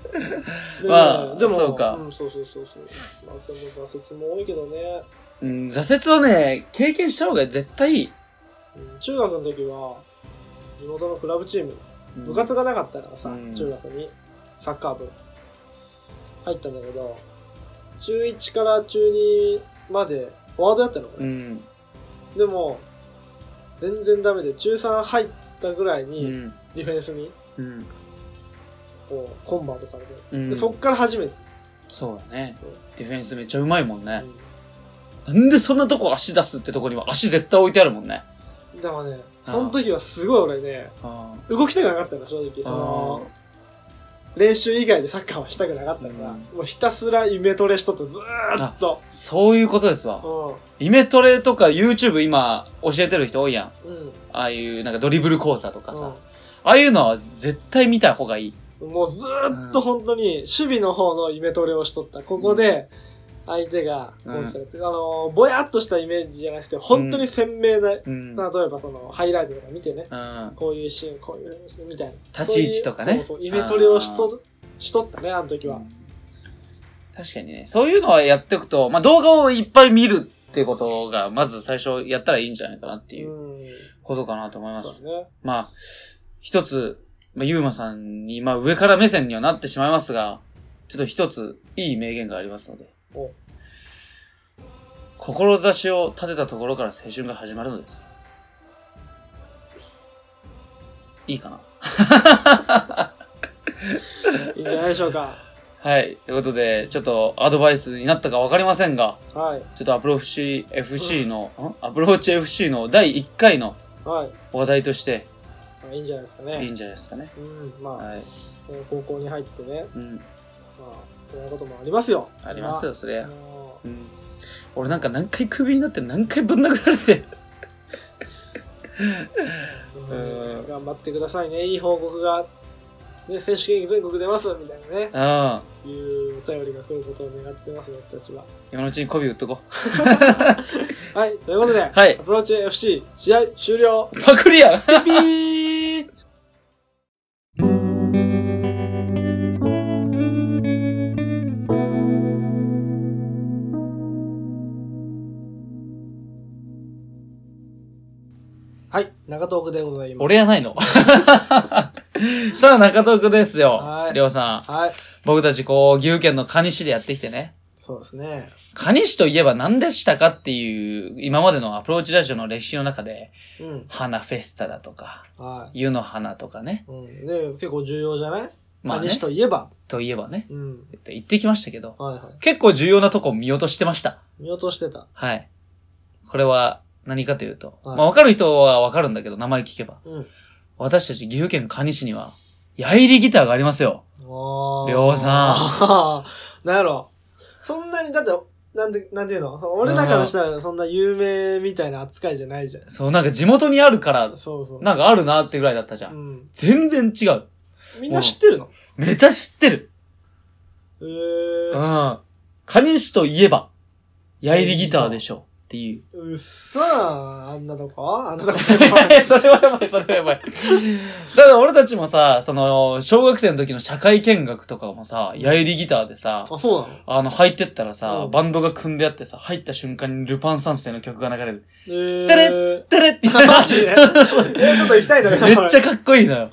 Speaker 1: [laughs] まあ
Speaker 2: でも、
Speaker 1: そうか
Speaker 2: ん、そうそうそうそう。まあ、でも挫折も多いけどね。
Speaker 1: うん、挫折はね、経験した方が絶対いい。
Speaker 2: うん中学の時は、地元のクラブチーム、
Speaker 1: うん
Speaker 2: 部活がなかったからさ、
Speaker 1: うん
Speaker 2: 中学に、サッカー部、入ったんだけど、中1から中2まで、フォワードやったの、俺
Speaker 1: うん。
Speaker 2: でも、全然ダメで、中3入ったぐらいうに、
Speaker 1: ん。
Speaker 2: ディフェンスに、
Speaker 1: うん。
Speaker 2: こう、コンバートされて、
Speaker 1: うん
Speaker 2: でそっから初めて、
Speaker 1: そうだね
Speaker 2: そう。
Speaker 1: ディフェンスめっちゃうまいもんね。
Speaker 2: うん
Speaker 1: なんでそんなとこ足出すってとこには足絶対置いてあるもんね。
Speaker 2: でもね、
Speaker 1: あー
Speaker 2: その時はすごい俺ね、
Speaker 1: あ
Speaker 2: 動きたくなかったの、正直。その、練習以外でサッカーはしたくなかったから、
Speaker 1: うん
Speaker 2: もうひたすらイメトレしとってずーっと。
Speaker 1: そういうことですわ。
Speaker 2: う
Speaker 1: イメトレとか YouTube 今教えてる人多いやん。
Speaker 2: ん。うん。
Speaker 1: ああいうなんかドリブル講座とかさ。
Speaker 2: うん
Speaker 1: ああいうのは絶対見た方がいい。
Speaker 2: もうずーっと本当に、守備の方のイメトレをしとった。ここで、相手が、こう来たら、あのー、ぼやっとしたイメージじゃなくて、本当に鮮明な、
Speaker 1: うん。
Speaker 2: 例えばその、ハイライトとか見てね、
Speaker 1: うん。
Speaker 2: こういうシーン、こういうふうにしてみたいな。
Speaker 1: 立ち位置とかね
Speaker 2: そういうそうそう、イメトレをしと、しとったね、あの時は。
Speaker 1: 確かにね、そういうのはやっておくと、まあ動画をいっぱい見るっっていうことが、まず最初やったらいいんじゃないかなっていう
Speaker 2: うん。
Speaker 1: ことかなと思います。
Speaker 2: そうだね。
Speaker 1: まあ、一つ、まあ、ゆうまさんに、まあ上から目線にはなってしまいますが、ちょっと一ついい名言がありますので
Speaker 2: お。
Speaker 1: 志を立てたところから青春が始まるのです。いいかない
Speaker 2: いんじゃないでしょうか。
Speaker 1: はい。ということで、ちょっとアドバイスになったかわかりませんが、
Speaker 2: はい。
Speaker 1: ちょっとアプローチ FC の、んアプローチ FC の第1回の
Speaker 2: はい。
Speaker 1: 話題として
Speaker 2: まあ、いいんじゃないですか
Speaker 1: いい
Speaker 2: ね。
Speaker 1: んじゃないですかね。
Speaker 2: うん。まあ、
Speaker 1: はい。
Speaker 2: えー高校に入ってね、
Speaker 1: うん。
Speaker 2: まあ、そんなこともありますよ。
Speaker 1: ありますよ、それ
Speaker 2: まあ。。も
Speaker 1: うん。俺なんか何回クビになって何回ぶん殴られて。 [laughs]
Speaker 2: ううん
Speaker 1: うん
Speaker 2: 頑張ってくださいね。いい報告が、ね、選手権全国出ますみたいなね、
Speaker 1: うん。
Speaker 2: いうお便りが来ることを願ってます、僕たちは。
Speaker 1: 今のうちに [laughs] 媚び打っとこ
Speaker 2: はい。ということで、
Speaker 1: はい
Speaker 2: アプローチ FC、試合終了
Speaker 1: う。パクリやん
Speaker 2: ピーはい、中東区でございま
Speaker 1: [laughs]
Speaker 2: す。
Speaker 1: 俺やないの。 [laughs] さあ、中東区ですよ
Speaker 2: は。い
Speaker 1: りょうさん。
Speaker 2: はい、
Speaker 1: 僕たちこう、岐阜県の蟹市でやってきてね。
Speaker 2: そうですね。
Speaker 1: 蟹市といえば何でしたかっていう、今までのアプローチラジオの歴史の中で、
Speaker 2: うん、
Speaker 1: 花フェスタだとか、
Speaker 2: はい。
Speaker 1: 湯の花とかね。
Speaker 2: うん、で、結構重要じゃない
Speaker 1: まあね
Speaker 2: 蟹市といえば。
Speaker 1: といえばね。
Speaker 2: うん。
Speaker 1: って言ってきましたけど、
Speaker 2: はいはい。
Speaker 1: 結構重要なとこ見落としてました。
Speaker 2: 見落としてた。
Speaker 1: はい。これは何かというと、
Speaker 2: はい
Speaker 1: まあ分かる人は分かるんだけど、名前聞けば。
Speaker 2: うん。
Speaker 1: 私たち岐阜県蟹市には、ヤイリギターがありますよ。
Speaker 2: おー。
Speaker 1: りょうさん
Speaker 2: ん。 [laughs] なんやろ。そんなに、だって、なんで、なんていうの俺らからしたらそんな有名みたいな扱いじゃないじゃん。
Speaker 1: そう、なんか地元にあるから、
Speaker 2: そうそう。
Speaker 1: なんかあるなってぐらいだったじゃ。
Speaker 2: うんん。
Speaker 1: 全然違う。
Speaker 2: みんな知ってるの
Speaker 1: めちゃ知ってる。
Speaker 2: え
Speaker 1: う
Speaker 2: ー。
Speaker 1: ん。蟹市といえば、ヤイリギターでしょ。っていう。
Speaker 2: うっさー、あんなとこあんなと
Speaker 1: [laughs]
Speaker 2: こ
Speaker 1: それはやばい、それはやばい。だから俺たちもさ、その、小学生の時の社会見学とかもさ、ヤイリギターでさ、
Speaker 2: [laughs] あ、そうなの
Speaker 1: あの、入ってったらさ、
Speaker 2: うん
Speaker 1: バンドが組んであってさ、入った瞬間にルパン三世の曲が流れる。
Speaker 2: えー。
Speaker 1: てれてれって言って
Speaker 2: [laughs] マジでえちょっと行きたいん
Speaker 1: [laughs]
Speaker 2: だ
Speaker 1: め
Speaker 2: けど。
Speaker 1: っちゃかっこいいのよ。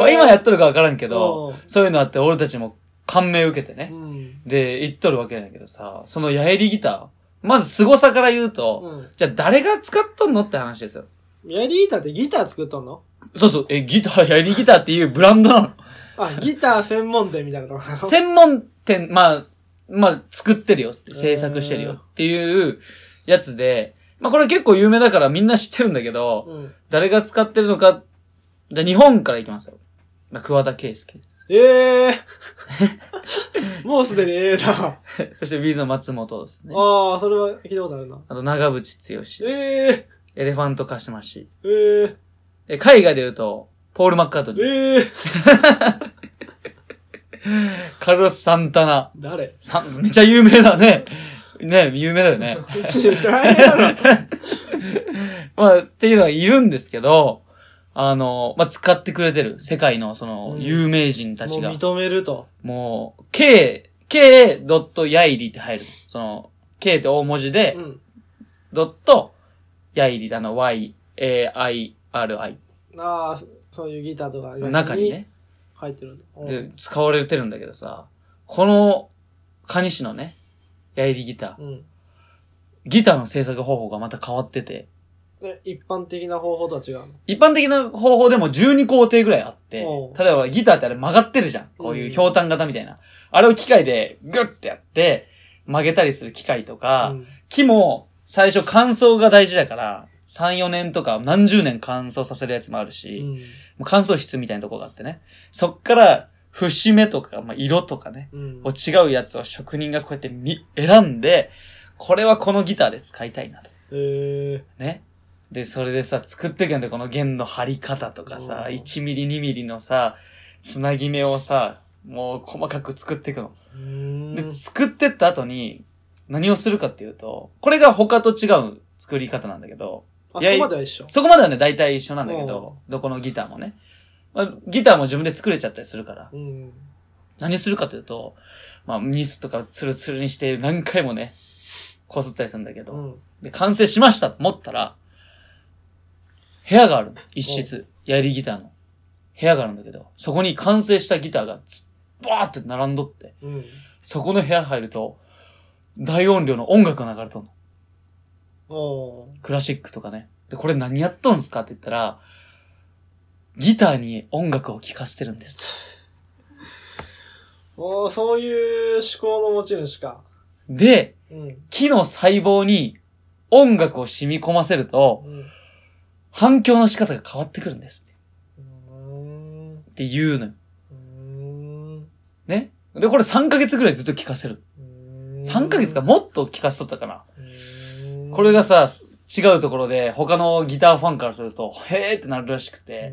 Speaker 2: 俺
Speaker 1: 今
Speaker 2: っ
Speaker 1: やっとるかわからんけ
Speaker 2: け
Speaker 1: ど、。そういうのあって俺たちも感銘受けて
Speaker 2: う
Speaker 1: ね。
Speaker 2: ん。
Speaker 1: で、言っとるわけだけどさ、そのヤエリギター、まず凄さから言うと、
Speaker 2: うん。
Speaker 1: じゃあ誰が使っとんのって話ですよ。
Speaker 2: ヤリータってギター作っとんの
Speaker 1: そうそう、え、ギター、ヤエリギターっていうブランドなの。
Speaker 2: あ、ギター専門店みたいなとこな
Speaker 1: [laughs]
Speaker 2: の
Speaker 1: 専門店、まあ、まあ、作ってるよって、制作してるよっていうやつで、まあこれ結構有名だからみんな知ってるんだけど、
Speaker 2: うん。
Speaker 1: 誰が使ってるのか、じゃあ日本からいきますよ。まあ、桑田圭介です。
Speaker 2: ええー。 [laughs] もうすでにええな。
Speaker 1: [laughs] そして、ビーズの松本ですね。
Speaker 2: ああ、それは聞いたことあるな。
Speaker 1: あと、長渕剛、
Speaker 2: ええ
Speaker 1: エレファントカシマシ。
Speaker 2: ええ
Speaker 1: で海外で言うと、ポール・マッカートニー、
Speaker 2: ええ
Speaker 1: カルロス・サンタナ。
Speaker 2: 誰
Speaker 1: サンめちゃ有名だね。ね、有名だよね。
Speaker 2: 知らんやろ。
Speaker 1: まあ、っていうのがいるんですけど、あの、まあ、使ってくれてる。世界の、その
Speaker 2: う、ん
Speaker 1: 有名人たちが。
Speaker 2: もう認めると。
Speaker 1: もう、k、k. ヤイリって入る。その、k って大文字で
Speaker 2: う、ん。
Speaker 1: ドット、ヤイリだの、y, a, i, r, i。
Speaker 2: ああ、そそういうギターとか
Speaker 1: その中に。ね。
Speaker 2: 入ってるの。
Speaker 1: で、使われてるんだけどさ、この、蟹市のね、ヤイリギター
Speaker 2: う。ん。うん。
Speaker 1: ギターの制作方法がまた変わってて、
Speaker 2: で、一般的な方法とは違うの。
Speaker 1: 一般的な方法でも12工程ぐらいあって、
Speaker 2: おう
Speaker 1: 例えばギターってあれ曲がってるじゃん。こういうひょうたん型みたいな。あれを機械でグッてやって、曲げたりする機械とか、
Speaker 2: うん
Speaker 1: 木も最初乾燥が大事だから、3、4年とか何十年乾燥させるやつもあるし、もう乾燥室みたいなとこがあってね。そっから、節目とか、まあ、色とかね、
Speaker 2: うん。うん
Speaker 1: を。違うやつを職人がこうやってみ選んで、これはこのギターで使いたいなと。
Speaker 2: ええ
Speaker 1: ね。で、それでさ、作っていくんだよこの弦の張り方とかさ、
Speaker 2: うん
Speaker 1: 1ミリ2ミリのさ、つなぎ目をさ、もう細かく作っていくの。
Speaker 2: うー
Speaker 1: で、
Speaker 2: ん。
Speaker 1: 作ってった後に、何をするかっていうと、これが他と違う作り方なんだけど、
Speaker 2: あ
Speaker 1: い
Speaker 2: そ
Speaker 1: や
Speaker 2: こまでは一緒。
Speaker 1: そこまではね、大体一緒なんだけど、どこのギターもね。まあ、ギターも自分で作れちゃったりするから、
Speaker 2: うん。
Speaker 1: 何するかというと、まあ、ニスとかツルツルにして何回もね、こすったりするんだけど、
Speaker 2: うん。
Speaker 1: で、完成しましたと思ったら、部屋があるの。一室。やりギターの。部屋があるんだけど、そこに完成したギターがず、バーって並んどって、
Speaker 2: うん。
Speaker 1: そこの部屋入ると、大音量の音楽が流れとんの。
Speaker 2: おー
Speaker 1: クラシックとかね。で、これ何やっとんすかって言ったら、ギターに音楽を聴かせてるんです。
Speaker 2: おーそういう思考の持ち主か。
Speaker 1: で、
Speaker 2: うん。
Speaker 1: 木の細胞に音楽を染み込ませると、
Speaker 2: うん。
Speaker 1: 反響の仕方が変わってくるんですって。
Speaker 2: うーん。
Speaker 1: って言うのよ。
Speaker 2: うーん
Speaker 1: ね。で、これ3ヶ月ぐらいずっと聴かせる。3ヶ月か、もっと聴かせとったかな。
Speaker 2: うーん
Speaker 1: これが、さ、違うところで他のギターファンからすると、へーってなるらしく
Speaker 2: う
Speaker 1: て、
Speaker 2: ー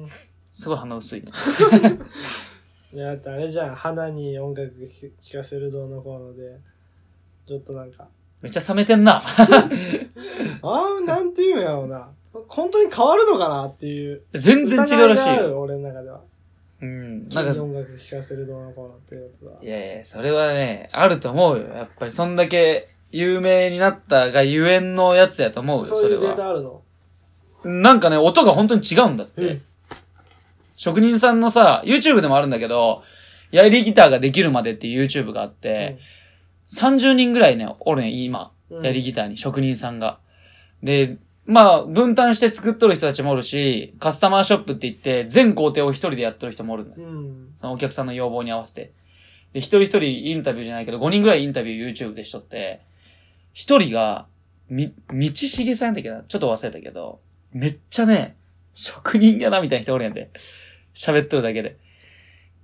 Speaker 2: ん
Speaker 1: すごい鼻薄いね。
Speaker 2: いや、だってあれじゃん。花に音楽聴かせるどうのこうので、ちょっとなんか、
Speaker 1: めっちゃ冷めてんな。 [laughs]
Speaker 2: ああ、なんて言うんやろうな。本当に変わるのかなっていう。
Speaker 1: 全然違うらし
Speaker 2: 疑
Speaker 1: い
Speaker 2: があ
Speaker 1: よ。
Speaker 2: る俺の中では。
Speaker 1: うん。
Speaker 2: 木
Speaker 1: なん
Speaker 2: に
Speaker 1: か、。
Speaker 2: 音楽聴かせるどうのこうのっていうやつはい
Speaker 1: やいや、それはね、あると思うよ。やっぱりそんだけ有名になったがゆえんのやつやと思うよ、
Speaker 2: そ
Speaker 1: そう
Speaker 2: い
Speaker 1: れ
Speaker 2: うデー
Speaker 1: は。
Speaker 2: タあるの
Speaker 1: なんかね、音が本当に違うんだって
Speaker 2: え。
Speaker 1: 職人さんのさ、YouTube でもあるんだけど、やりギターができるまでっていう YouTube があって、30人ぐらいね、おるね、今。
Speaker 2: うん
Speaker 1: やりギターに、職人さんが。で、まあ、分担して作っとる人たちもおるし、カスタマーショップって言って、全工程を一人でやってる人もおるんだよ。
Speaker 2: うん。
Speaker 1: そのお客さんの要望に合わせて。で、一人一人インタビューじゃないけど、5人ぐらいインタビュー YouTube でしとって、一人が、み、道重さんやったっけなちょっと忘れたけど、めっちゃね、職人やなみたいな人おるんやんで。喋っとるだけで。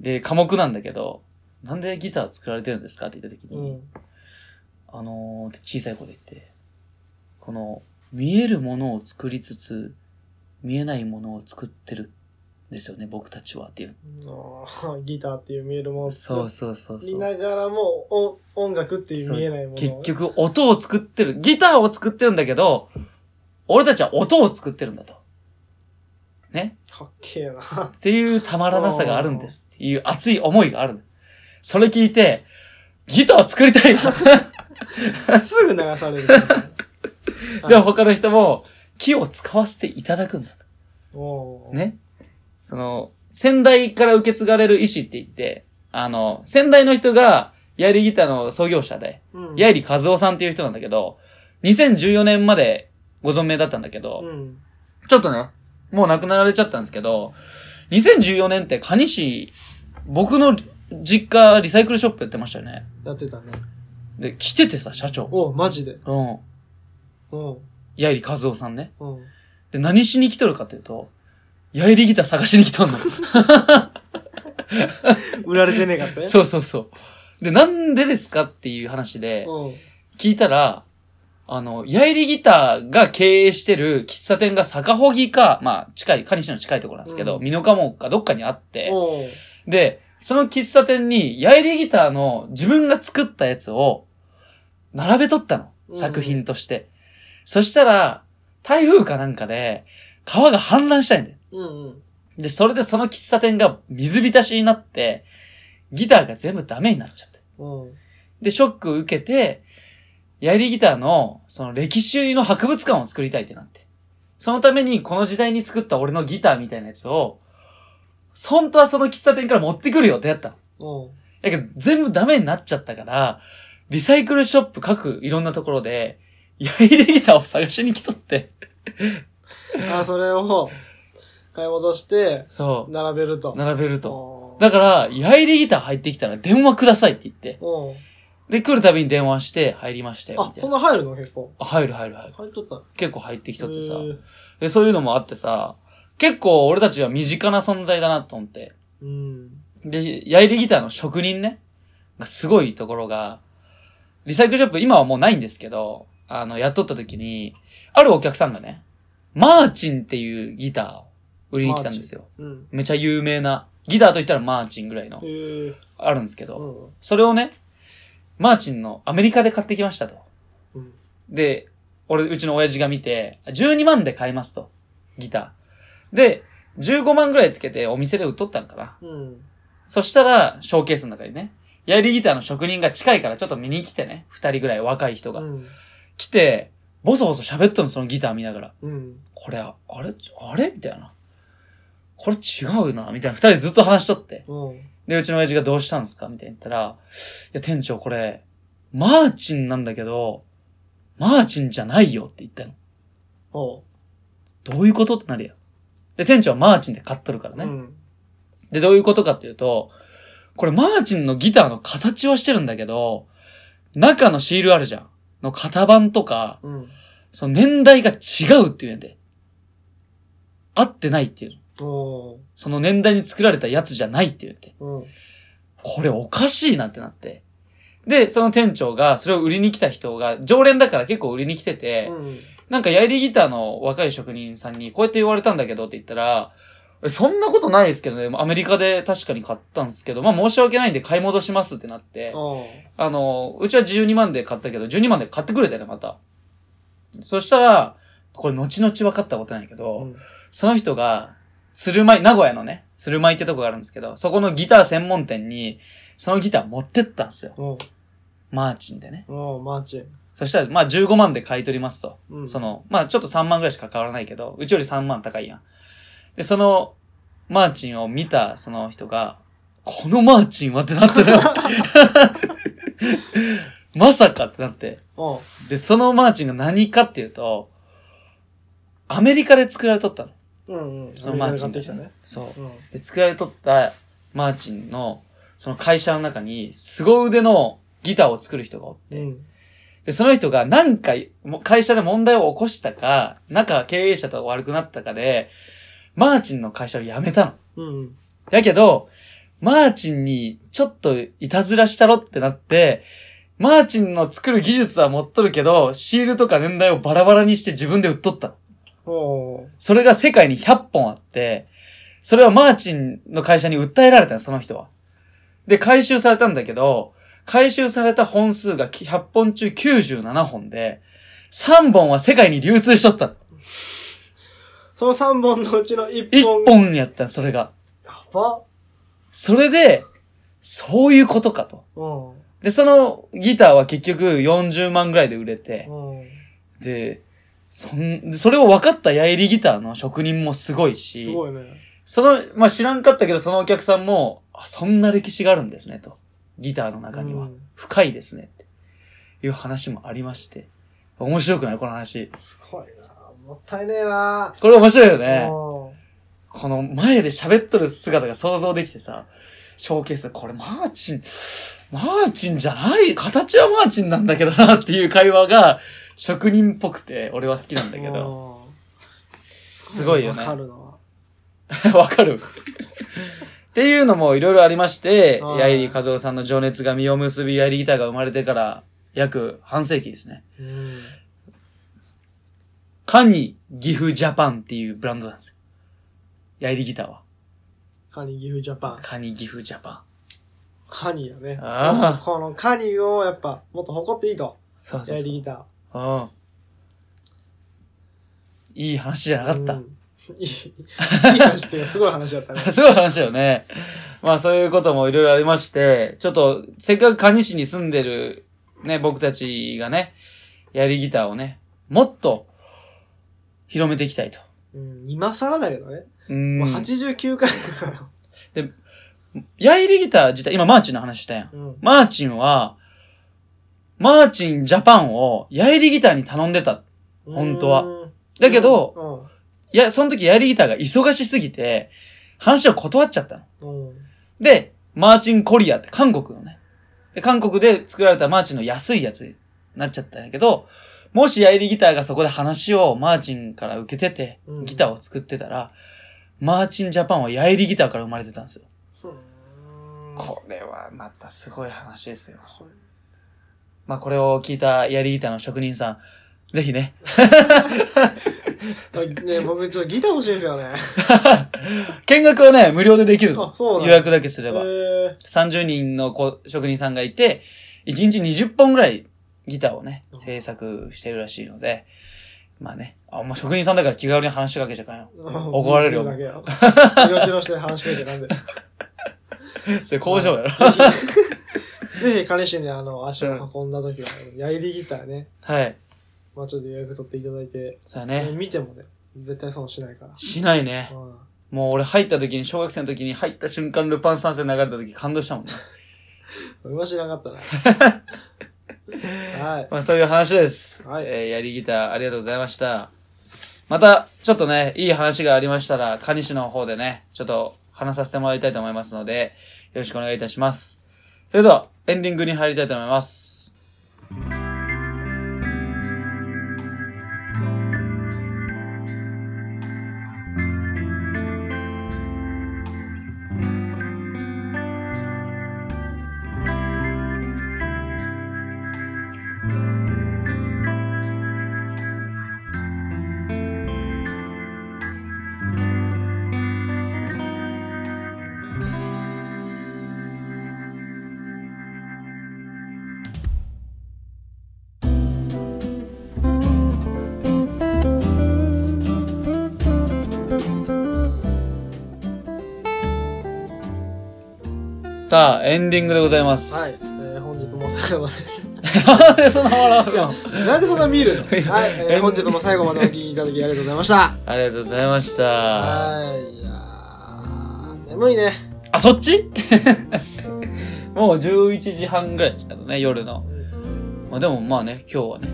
Speaker 1: で、科目なんだけど、なんでギター作られてるんですかって言った時に、
Speaker 2: うん。
Speaker 1: あのーって小さい子で言って、この、見えるものを作りつつ、見えないものを作ってるんですよね、僕たちはっていう。
Speaker 2: あーギターっていう見えるもの
Speaker 1: そうそうそう
Speaker 2: 見
Speaker 1: そう。
Speaker 2: ながらもお音楽っていう見えないもの
Speaker 1: 結局、音を作ってる。ギターを作ってるんだけど、俺たちは音を作ってるんだと。ね。
Speaker 2: かっけえな。 [laughs] あ
Speaker 1: っていうたまらなさがあるんですっていう熱い思いがある。それ聞いて、ギターを作りたいわ
Speaker 2: すぐ流される。
Speaker 1: [laughs] で、他の人も、木を使わせていただくんだと。
Speaker 2: おー。
Speaker 1: ね。その、先代から受け継がれる意思って言って、あの、先代の人が、ヤイリギターの創業者で、
Speaker 2: うん。
Speaker 1: ヤイリ和夫さんっていう人なんだけど、2014年までご存命だったんだけど、
Speaker 2: うん。
Speaker 1: ちょっとね、もう亡くなられちゃったんですけど、2014年って蟹市、僕の実家リサイクルショップやってましたよね。
Speaker 2: やってたね。
Speaker 1: で、来ててさ、社長。
Speaker 2: おうマジで。
Speaker 1: うん。
Speaker 2: うん。
Speaker 1: ヤイリ和夫さんね。 [laughs]
Speaker 2: うん。
Speaker 1: で、何しに来とるかっていうと、ヤイリギター探しに来とんの。
Speaker 2: 売られてねえかったね。
Speaker 1: そうそうそう。で、なんでですかっていう話で、
Speaker 2: うん。
Speaker 1: 聞いたら、あの、ヤイリギターが経営してる喫茶店が坂穂木か、まあ、近い、蟹市の近いところなんですけど、
Speaker 2: うん
Speaker 1: 美濃加茂かどっかにあって、
Speaker 2: おう
Speaker 1: で、その喫茶店に、ヤイリギターの自分が作ったやつを、並べとったの。
Speaker 2: うん
Speaker 1: 作品として。そしたら、台風かなんかで、川が氾濫したいんだよ。
Speaker 2: うんうん。
Speaker 1: で、それでその喫茶店が水浸しになって、ギターが全部ダメになっちゃって。
Speaker 2: うん。
Speaker 1: で、ショックを受けて、ヤリギターの、その歴史の博物館を作りたいってなって。そのために、この時代に作った俺のギターみたいなやつを、本当はその喫茶店から持ってくるよってやったの。
Speaker 2: うん。
Speaker 1: だけど、全部ダメになっちゃったから、リサイクルショップ各いろんなところで、ヤリギターを探しに来とって。
Speaker 2: あ、それを買い戻して、
Speaker 1: そ
Speaker 2: 並べると
Speaker 1: う。。並べると。
Speaker 2: おう
Speaker 1: だから、ヤイリギター入ってきたら電話くださいって言って。
Speaker 2: うん。
Speaker 1: で、来るたびに電話して入りましたよ。
Speaker 2: あ
Speaker 1: み、たい
Speaker 2: そん
Speaker 1: な
Speaker 2: な入るの結構。
Speaker 1: あ入る入る入る。
Speaker 2: 入っとったの
Speaker 1: 結構入ってきとってさ
Speaker 2: へ。ー
Speaker 1: で、そういうのもあってさ、結構俺たちは身近な存在だなと思って。
Speaker 2: うん。
Speaker 1: で、ヤイリギターの職人ね、がすごいところが、リサイクルショップ今はもうないんですけど、あの、雇った時に、あるお客さんがね、マーチンっていうギターを売りに来たんですよ。
Speaker 2: うん。
Speaker 1: めちゃ有名な、ギターと言ったらマーチンぐらいの
Speaker 2: へ、ー
Speaker 1: あるんですけ
Speaker 2: う
Speaker 1: ど、
Speaker 2: ん。
Speaker 1: それをね、マーチンのアメリカで買ってきましたと。
Speaker 2: うん。
Speaker 1: で、俺、うちの親父が見て、12万で買いますと。ギター。で、15万ぐらいつけてお店で売っとったんかな。
Speaker 2: うん。
Speaker 1: そしたら、ショーケースの中にね、やりギターの職人が近いからちょっと見に来てね。二人ぐらい若い人が。
Speaker 2: うん。
Speaker 1: 来て、ボソボソ喋っとんの、そのギター見ながら。
Speaker 2: うん。
Speaker 1: これ、あれあれみたいな。これ違うな、みたいな。二人ずっと話しとって。
Speaker 2: うん。
Speaker 1: で、うちの親父がどうしたんですかみたいな言ったら、いや、店長これ、マーチンなんだけど、マーチンじゃないよって言ったの。
Speaker 2: おう。
Speaker 1: どういうことってなるやん。で、店長はマーチンで買っとるからね。
Speaker 2: うん。
Speaker 1: で、どういうことかっていうと、これマーチンのギターの形をしてるんだけど、中のシールあるじゃん。の型番とか、
Speaker 2: うん。
Speaker 1: その年代が違うって言うんやで。合ってないっていう。
Speaker 2: おう。
Speaker 1: その年代に作られたやつじゃないって言うんやで。
Speaker 2: うん。
Speaker 1: これおかしいなってなって。で、その店長が、それを売りに来た人が、常連だから結構売りに来てて、
Speaker 2: うん。
Speaker 1: なんかやりギターの若い職人さんに、こうやって言われたんだけどって言ったら、えそんなことないですけどね、アメリカで確かに買ったんですけど、まあ申し訳ないんで買い戻しますってなって、
Speaker 2: おう。
Speaker 1: あの、うちは12万で買ったけど、12万で買ってくれたよね、また。そしたら、これ後々分かったことないけど、
Speaker 2: うん
Speaker 1: その人が、鶴舞、名古屋のね、鶴舞ってとこがあるんですけど、そこのギター専門店に、そのギター持ってったんですよ。
Speaker 2: おう。
Speaker 1: マーチンでね。
Speaker 2: おう、マーチン。
Speaker 1: そしたら、まあ15万で買い取りますと。
Speaker 2: うん。
Speaker 1: その、まあちょっと3万ぐらいしか変わらないけど、うちより3万高いやん。で、その、マーチンを見たその人が、このマーチンはってなってた。 [laughs] まさかってなって。
Speaker 2: おう。
Speaker 1: で、そのマーチンが何かっていうと、アメリカで作られとったの。
Speaker 2: うんうん。
Speaker 1: そのマーチ
Speaker 2: 買
Speaker 1: ン
Speaker 2: って
Speaker 1: で
Speaker 2: きたね。
Speaker 1: そう。
Speaker 2: うん。
Speaker 1: で、作られとったマーチンの、その会社の中に、凄腕のギターを作る人がおって、
Speaker 2: うん。
Speaker 1: で、その人が何回、も会社で問題を起こしたか、仲経営者と悪くなったかで、マーチンの会社を辞めたの。
Speaker 2: うん。
Speaker 1: やけど、マーチンにちょっといたずらしたろってなって、マーチンの作る技術は持っとるけど、シールとか年代をバラバラにして自分で売っとったの。
Speaker 2: おう。
Speaker 1: それが世界に100本あって、それはマーチンの会社に訴えられたの、その人は。で、回収されたんだけど、回収された本数が100本中97本で、3本は世界に流通しとったの。
Speaker 2: その3本のうちの1
Speaker 1: 1
Speaker 2: 本。
Speaker 1: 本やったの、それが。
Speaker 2: やば。
Speaker 1: それで、そういうことかと。
Speaker 2: うん。
Speaker 1: で、そのギターは結局40万ぐらいで売れて、
Speaker 2: うん。
Speaker 1: で、そん、それを分かったヤエリギターの職人もすごいし、
Speaker 2: すごいね。
Speaker 1: その、まあ、知らんかったけど、そのお客さんも、あ、そんな歴史があるんですね、と。ギターの中には
Speaker 2: う。ん
Speaker 1: 深いですね、っていう話もありまして。面白くないこの話。
Speaker 2: すごいな。もったいねえな。
Speaker 1: これ面白いよ
Speaker 2: う
Speaker 1: ね。
Speaker 2: ん。
Speaker 1: この前で喋っとる姿が想像できてさ、ショーケース、これマーチン、マーチンじゃない、形はマーチンなんだけどなっていう会話が、職人っぽくて、俺は好きなんだけど。
Speaker 2: ど。
Speaker 1: すごいよね
Speaker 2: わかるな。
Speaker 1: [laughs] わかるっていうのもいろいろありまして、
Speaker 2: はい
Speaker 1: ヤイリ和夫さんの情熱が実を結び、ヤイリギターが生まれてから約半世紀ですね。
Speaker 2: うん。
Speaker 1: カニギフジャパンっていうブランドなんですよ。ヤイリギターは。
Speaker 2: カニギフジャパン。
Speaker 1: カニギフジャパン。
Speaker 2: カニやね。
Speaker 1: ああ
Speaker 2: このカニをやっぱもっと誇っていいと。
Speaker 1: そうそう
Speaker 2: や
Speaker 1: そう
Speaker 2: り。ギタ
Speaker 1: うん。いい話じゃな
Speaker 2: ー。
Speaker 1: かった。
Speaker 2: うん [laughs] いい、いい話っていうかすごい話だったね。
Speaker 1: [laughs] すごい話だよね。まあそういうこともいろいろありまして、ちょっとせっかく蟹市に住んでるね、僕たちがね、やりギターをね、もっと広めていきたいと。
Speaker 2: うん、今更だけどね。
Speaker 1: うん
Speaker 2: もう。89回だから。
Speaker 1: やりギター自体、今マーチンの話したやん。
Speaker 2: うん。
Speaker 1: マーチンは、マーチンジャパンをやりギターに頼んでた。 [laughs] 本当は
Speaker 2: うん。
Speaker 1: だけど、
Speaker 2: ど、
Speaker 1: いや、その時やりギターが忙しすぎて、話を断っちゃったの。
Speaker 2: うん。うん。
Speaker 1: で、マーチンコリアって韓国のね。で、韓国で作られたマーチンの安いやつになっちゃったんやけど、もしヤイリギターがそこで話をマーチンから受けてて
Speaker 2: う、ん
Speaker 1: ギターを作ってたら、マーチンジャパンはヤイリギターから生まれてたんですよ。これはまたすごい話ですよ。まあこれを聞いたヤイリギターの職人さん、ぜひね、
Speaker 2: ね僕ちょっとギター欲しいんです
Speaker 1: [laughs]
Speaker 2: よね。
Speaker 1: 見学はね、無料でできるの
Speaker 2: あ。そうなん
Speaker 1: 予約だけすれば。
Speaker 2: え
Speaker 1: 30人のこ職人さんがいて、1日20本ぐらいギターをね、制作してるらしいので、まあね、あ、もう職人さんだから気軽に話しかけちゃい [laughs] かんよ。
Speaker 2: ー、怒
Speaker 1: 怒られるよ
Speaker 2: だけよ。 [laughs]
Speaker 1: [laughs]
Speaker 2: 気持ちのして話しかけてなんで。
Speaker 1: それ工場やろ。
Speaker 2: ぜひ [laughs] ぜひ彼氏にあの、足を運んだ時は、やりギターね。
Speaker 1: はい。
Speaker 2: まあちょっと予約取っていただいて、
Speaker 1: そうやね。
Speaker 2: 見てもね、絶対損しないから。
Speaker 1: しないね。
Speaker 2: うん
Speaker 1: もう俺入った時に、小学生の時に入った瞬間、ルパン三世流れた時感動したもんね。
Speaker 2: 俺は知らな
Speaker 1: [laughs]
Speaker 2: かったな。はい。
Speaker 1: まあそういう話です。
Speaker 2: はい
Speaker 1: えーやりギターありがとうございました。また、ちょっとね、いい話がありましたら、蟹市の方でね、ちょっと話させてもらいたいと思いますので、よろしくお願いいたします。それでは、エンディングに入りたいと思います。さあ、エンディングでございます。
Speaker 2: はい。えー本日も最後までです。
Speaker 1: なんでそんな笑うの
Speaker 2: なんでそんな見るのはい。えー本日も最後までお聞きいただきありがとうございました。
Speaker 1: ありがとうございました。
Speaker 2: はい。いやー眠いね。
Speaker 1: あ、そっち [laughs] もう11時半ぐらいですからね、夜の。まあでもまあね、今日はね、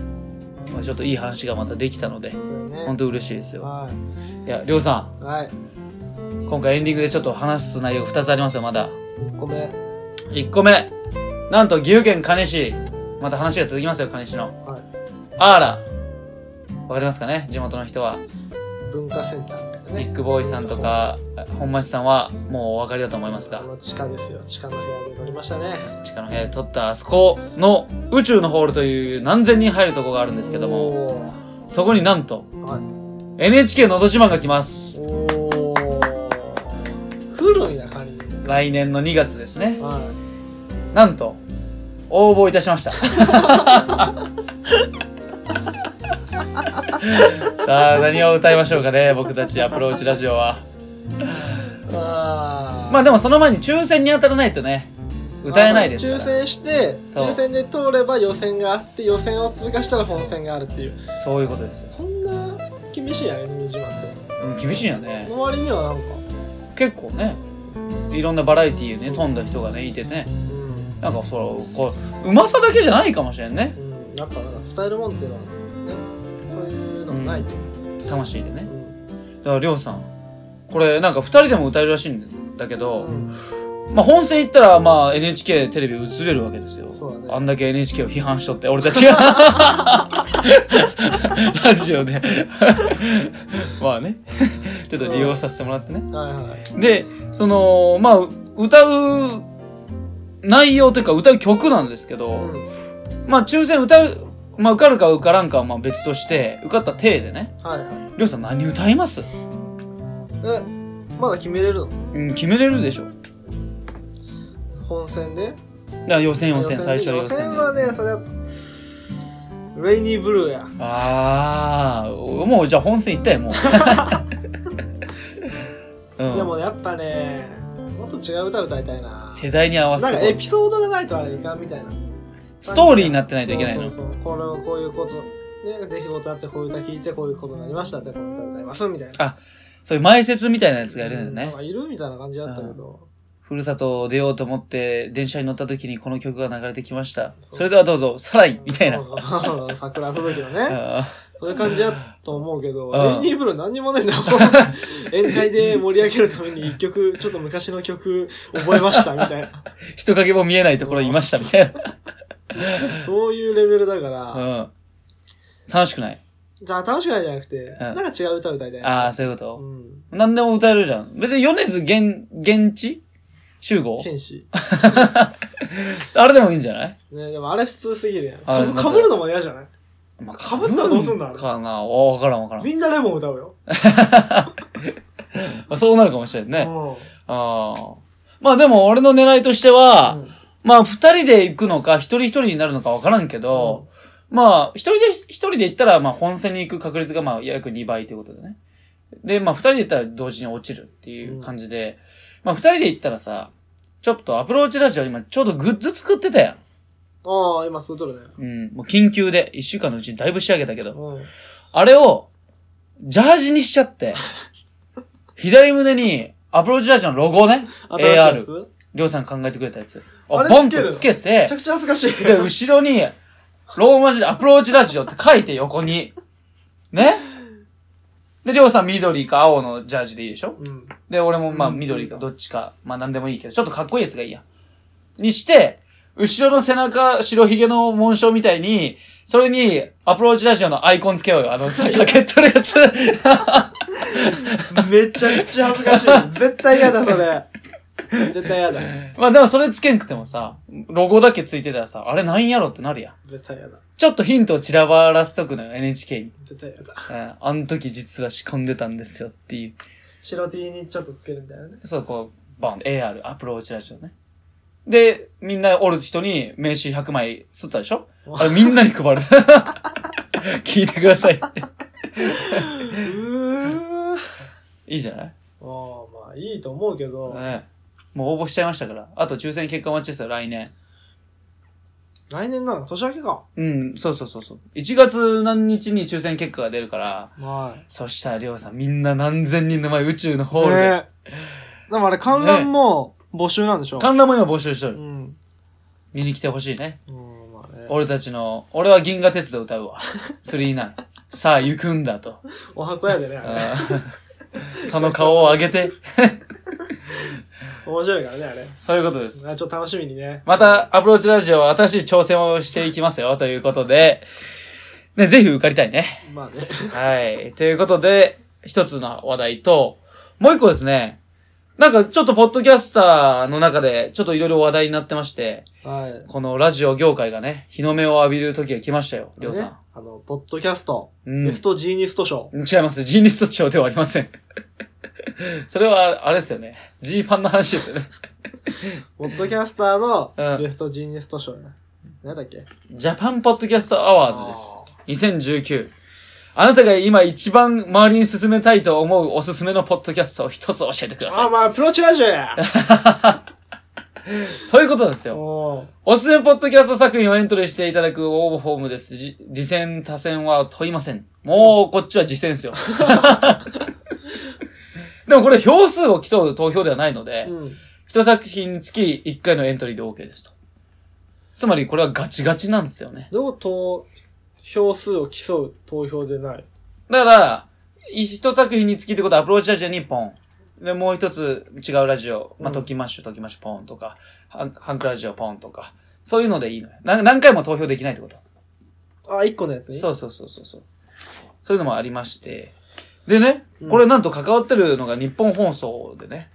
Speaker 1: まあ、ちょっといい話がまたできたので、本当嬉しいですよ。
Speaker 2: はい
Speaker 1: や、りょうさ
Speaker 2: い。はい。
Speaker 1: ん、今回エンディングでちょっと話す内容2つありますよ、まだ。
Speaker 2: 1個目。
Speaker 1: 1個目、なんと岐阜県金市、また話が続きますよ、金市の。
Speaker 2: はい
Speaker 1: あら、わかりますかね、地元の人は。
Speaker 2: 文化センターみたいな
Speaker 1: ニッ
Speaker 2: ね。
Speaker 1: クボーイさんとか、本町さんはもうお分かりだと思いますが
Speaker 2: あ、の地下ですよ。地下の部屋で撮りましたね。
Speaker 1: 地下の部屋で撮ったあそこの宇宙のホールという何千人入るとこがあるんですけども、
Speaker 2: おー。
Speaker 1: そこになんと、
Speaker 2: はい
Speaker 1: NHK のど自慢が来ます。
Speaker 2: おー。来るんや、仮に。
Speaker 1: 来年の2月ですね。
Speaker 2: はい。
Speaker 1: なんと、応募いたしました。さあ、何を歌いましょうかね、僕たちアプローチラジオは。
Speaker 2: あー
Speaker 1: まあでもその前に抽選に当たらないとね、歌えないです
Speaker 2: 抽
Speaker 1: から。
Speaker 2: 選して
Speaker 1: そう
Speaker 2: 抽選で通れば予選があって予選を通過したら本選があるっていう
Speaker 1: そういうことですよ。
Speaker 2: そんな厳しいやね自慢って
Speaker 1: うん、厳しいよね。
Speaker 2: の割にはなんか
Speaker 1: 結構ね、いろんなバラエティーね、飛んだ人がね、いてね、
Speaker 2: うん、
Speaker 1: なんかその、こう、うまさだけじゃないかもしれんね。
Speaker 2: うん、やっぱなんか伝えるもんっていうのはねそういうのもないと、
Speaker 1: 魂でね
Speaker 2: う。ん
Speaker 1: だから、りょうさん、これなんか二人でも歌えるらしいんだけど、
Speaker 2: うん
Speaker 1: まあ、本戦行ったら、まあ、NHK テレビ映れるわけですよ。
Speaker 2: そうだね
Speaker 1: あんだけ NHK を批判しとって、俺たち
Speaker 2: [laughs]
Speaker 1: が。ラジオで。 [laughs] まあね。ちょっと利用させてもらってね。
Speaker 2: はいはい
Speaker 1: で、その、まあ、歌う内容というか歌う曲なんですけ
Speaker 2: う
Speaker 1: ど、
Speaker 2: ん
Speaker 1: まあ、抽選歌う、まあ、受かるか受からんかはまあ別として、受かった体でね、
Speaker 2: はいはい
Speaker 1: りょうさん何歌います
Speaker 2: えまだ決めれるの
Speaker 1: うん、決めれるでしょ。
Speaker 2: 本戦で
Speaker 1: だから予選予選、最初は
Speaker 2: 予
Speaker 1: 予選
Speaker 2: 選
Speaker 1: で。
Speaker 2: はねそれはレイニーブルーや
Speaker 1: ああ、もうじゃあ本戦行ったよ、も
Speaker 2: [laughs]
Speaker 1: う。うん、
Speaker 2: でもねやっぱねもっと違う歌歌いたいな
Speaker 1: 世代に合わ
Speaker 2: なん
Speaker 1: せ
Speaker 2: かエ
Speaker 1: て
Speaker 2: ピソードがないとあれいかんみたいな
Speaker 1: ストーリーになってないといけないの。
Speaker 2: そうそうそうこれをこういうことね出来事あってこういう歌聞いてこういうことになりましたってこういう歌歌いますみたいな
Speaker 1: あそういう前説みたいなやつがいるんだ
Speaker 2: な
Speaker 1: よ
Speaker 2: ん
Speaker 1: ね。
Speaker 2: かいるみたいな感じだったけど
Speaker 1: ふるさとを出ようと思って電車に乗った時にこの曲が流れてきました。それではどうぞ、サライみたいな。
Speaker 2: そうそう桜吹雪のね
Speaker 1: あ
Speaker 2: そういう感じだと思うけど
Speaker 1: ん
Speaker 2: レイニーブルー何にもねえんだ
Speaker 1: [laughs]
Speaker 2: もん宴会で盛り上げるために一曲ちょっと昔の曲覚えましたみた
Speaker 1: [laughs]
Speaker 2: いな
Speaker 1: ー人影も見えないところにいましたみたい
Speaker 2: [laughs] そういうレベルだから、
Speaker 1: な。うん。楽しくない
Speaker 2: じゃあ楽しくないじゃなくて、
Speaker 1: ん
Speaker 2: なんか違う歌歌いたい
Speaker 1: あ
Speaker 2: な
Speaker 1: あ、そういうこと。
Speaker 2: うん
Speaker 1: 何でも歌えるじゃん。別に米津現、現地集合
Speaker 2: 剣士
Speaker 1: あれでもいいんじゃない
Speaker 2: ねでもあれ普通すぎるやん
Speaker 1: あ
Speaker 2: かぶ
Speaker 1: また
Speaker 2: かぶるのも嫌じゃない
Speaker 1: まあ、
Speaker 2: 被ったらどうすんだあれ
Speaker 1: かなわからんわからん。
Speaker 2: みんなレモン歌うよ、
Speaker 1: まあ、そうなるかもしれん
Speaker 2: う
Speaker 1: ね。
Speaker 2: ん
Speaker 1: ああ。まあでも俺の狙いとしては、まあ二人で行くのか、一人一人になるのかわからんけど、まあ一人で、一人で行ったら、まあ本戦に行く確率がまあ約2倍ということでね。で、まあ二人で行ったら同時に落ちるっていう感じで、まあ二人で行ったらさ、ちょっとアプローチラジオ今ちょうどグッズ作ってたやん。
Speaker 2: ああ、今そうとるね。
Speaker 1: うん。もう緊急で、一週間のうちにだいぶ仕上げたけど、
Speaker 2: うん。
Speaker 1: あれを、ジャージにしちゃ [laughs] って、左胸に、アプローチジャージのロゴをね、
Speaker 2: 新しいや
Speaker 1: AR
Speaker 2: つ
Speaker 1: りょうさん考えてくれたやつ。
Speaker 2: あ
Speaker 1: あ
Speaker 2: れ
Speaker 1: ポン
Speaker 2: つける
Speaker 1: と
Speaker 2: の
Speaker 1: つけて
Speaker 2: めちゃ、くちゃ恥ずかしい。
Speaker 1: で、後ろに、ローマ字でアプローチラジオって書いて横に。ねで、りょうさん緑か青のジャージでいいでしょ
Speaker 2: うん。
Speaker 1: で、俺もまあ
Speaker 2: うん
Speaker 1: 緑かどっちか、まあなんでもいいけど、ちょっとかっこいいやつがいいや。にして、後ろの背中、白ひげの紋章みたいに、それに、アプローチラジオのアイコンつけようよ。あの、さ、かけとるやつ。 [laughs]
Speaker 2: めちゃくちゃ恥ずかしい。絶対嫌だ、それ。絶対嫌だ。
Speaker 1: まあでもそれつけんくてもさ、ロゴだけついてたらさ、あれなんやろってなるやん。
Speaker 2: 絶対嫌だ。
Speaker 1: ちょっとヒントを散らばらすとくのよ、NHK に。
Speaker 2: 絶対嫌だ。
Speaker 1: うんあの時実は仕込んでたんですよっていう。
Speaker 2: 白 T にちょっとつけるみたいなね。
Speaker 1: そう、こう、バン、AR、アプローチラジオね。で、みんなおる人に名刺100枚吸ったでしょあれみんなに配る。 [laughs] 聞いてください。
Speaker 2: うー。
Speaker 1: いいじゃない、
Speaker 2: ああ、まあいいと思うけど、
Speaker 1: ねもう応募しちゃいましたから。あと抽選結果待ちですよ、来年。
Speaker 2: 来年なの年明けか。
Speaker 1: うん、そうそうそうそう。1月何日に抽選結果が出るから、
Speaker 2: はい。
Speaker 1: そしたらりょうさんみんな何千人の前宇宙のホールで。
Speaker 2: ねえ。でもあれ観覧も募集なんでしょ、
Speaker 1: 観覧も今募集して
Speaker 2: う
Speaker 1: る。
Speaker 2: ん。
Speaker 1: 見に来てほしいね。
Speaker 2: うん、まあね。
Speaker 1: 俺たちの、俺は銀河鉄道歌うわ。それいいな。さあ行くんだと。
Speaker 2: お箱やでね、あれ。
Speaker 1: あーその顔を上げて。
Speaker 2: 面白いからね、あれ。
Speaker 1: そういうことで
Speaker 2: あ
Speaker 1: す。
Speaker 2: ちょっと楽しみにね。
Speaker 1: また、アプローチラジオは新しい挑戦をしていきますよ、ということで。ね、ぜひ受かりたいね。
Speaker 2: まあね。
Speaker 1: はい。ということで、一つの話題と、もう一個ですね。なんかちょっとポッドキャスターの中でちょっといろいろ話題になってまして、
Speaker 2: はい。
Speaker 1: このラジオ業界がね、日の目を浴びる時が来ましたよ、りょうさ
Speaker 2: ねあの、ポッドキャスト、
Speaker 1: ん。うん
Speaker 2: ベストジーニスト賞。
Speaker 1: 違います。ジーニスト賞ではありません。 [laughs] それは、あれですよね。ジーパンの話ですよね。
Speaker 2: ポッドキャスター
Speaker 1: うん
Speaker 2: のベストジーニスト賞ね。なんだっけ
Speaker 1: ジャパンポッドキャストアワーズです。2019。あなたが今一番周りに進めたいと思うおすすめのポッドキャストを一つ教えてくだ
Speaker 2: あ、
Speaker 1: さ
Speaker 2: まあ、プロチラジ
Speaker 1: [laughs]
Speaker 2: オや
Speaker 1: い。そういうことなんですよ。
Speaker 2: おー
Speaker 1: おすすめポッドキャスト作品をエントリーしていただく応募フォームです。じ次戦、他戦は問いません。もう、こっちは次戦ですよ。 [laughs] でもこれ票数を競う投票ではないので、
Speaker 2: うん。
Speaker 1: 一作品につき一回のエントリーで OK ですと。つまりこれはガチガチなんですよね。
Speaker 2: どう投票数を競う投票でない。
Speaker 1: だから、一作品につきってことはアプローチラジオにポン。で、もう一つ違うラジオ、まあ、
Speaker 2: うん
Speaker 1: トキマッシュ、トキマッシュポンとか、ハンハンクラジオポンとか、そういうのでいいのよ。な何回も投票できないってこと。
Speaker 2: あ、一個のやつね。
Speaker 1: そうそうそうそうそう。そういうのもありまして。でね
Speaker 2: う、ん
Speaker 1: これなんと関わってるのが日本放送でね。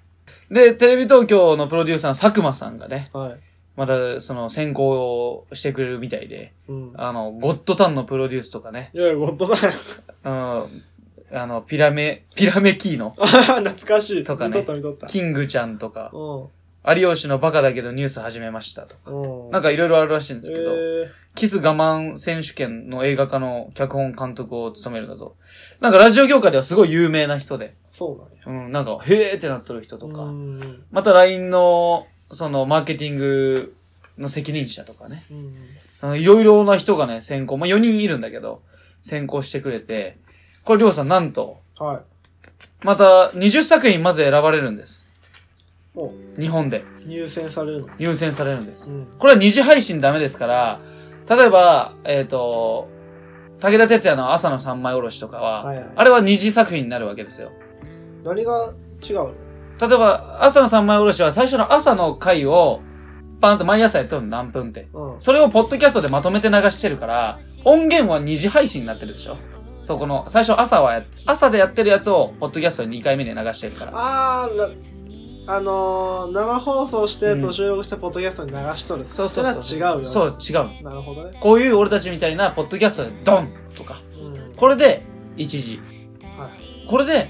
Speaker 1: で、テレビ東京のプロデューサーの佐久間さんがね、
Speaker 2: はい。
Speaker 1: またその選考をしてくれるみたいで、
Speaker 2: うん。
Speaker 1: あの、ゴッドタンのプロデュースとかね、
Speaker 2: いやいや、本当だよ。
Speaker 1: うん、あの、ピラメ、ピラメキーの、
Speaker 2: あは [laughs] は懐かしい。
Speaker 1: とかね
Speaker 2: 見とった見とった。
Speaker 1: キングちゃんとか、
Speaker 2: う
Speaker 1: 有吉のバカだけどニュース始めましたとか、
Speaker 2: ん。うん。
Speaker 1: なん
Speaker 2: か、
Speaker 1: かいろいろあるらしいんですけど、
Speaker 2: え
Speaker 1: キス我慢選手権の映画化の脚本監督を務めるんだと。なんかラジオ業界ではすごい有名な人で、
Speaker 2: そうなんや。
Speaker 1: うん、なんか、へーってなっとる人とか、
Speaker 2: うん。
Speaker 1: また LINE の、その、マーケティングの責任者とかね、
Speaker 2: うん。
Speaker 1: あのいろいろな人がね、先行、まあ、4人いるんだけど、先行してくれて、これ、りょうさん、なんと、
Speaker 2: はい。
Speaker 1: また、20作品まず選ばれるんです。
Speaker 2: も
Speaker 1: 日本で。
Speaker 2: う、入選されるの。
Speaker 1: 入選されるんです
Speaker 2: う。ん。
Speaker 1: これは二次配信ダメですから、例えば、えっ、と、武田鉄矢の朝の三枚おろしとかは、
Speaker 2: はいはい
Speaker 1: あれは二次作品になるわけですよ。
Speaker 2: 何が違うの
Speaker 1: 例えば、朝の三枚おろしは最初の朝の回を、パーンと毎朝やっとるの何分って。
Speaker 2: うん。
Speaker 1: それをポッドキャストでまとめて流してるから、音源は二次配信になってるでしょそこの、最初朝はやっ、朝でやってるやつを、ポッドキャストで2回目に流してるから。
Speaker 2: あー、なあのー、生放送したやつ
Speaker 1: う
Speaker 2: を
Speaker 1: ん
Speaker 2: 収録してポッドキャストに流しとる。
Speaker 1: そうそうそう。
Speaker 2: それは違うよ。
Speaker 1: そう、違う。
Speaker 2: う。なるほどね。
Speaker 1: こういう俺たちみたいな、ポッドキャストでドンとか、
Speaker 2: うん。
Speaker 1: これで1時。
Speaker 2: は
Speaker 1: これで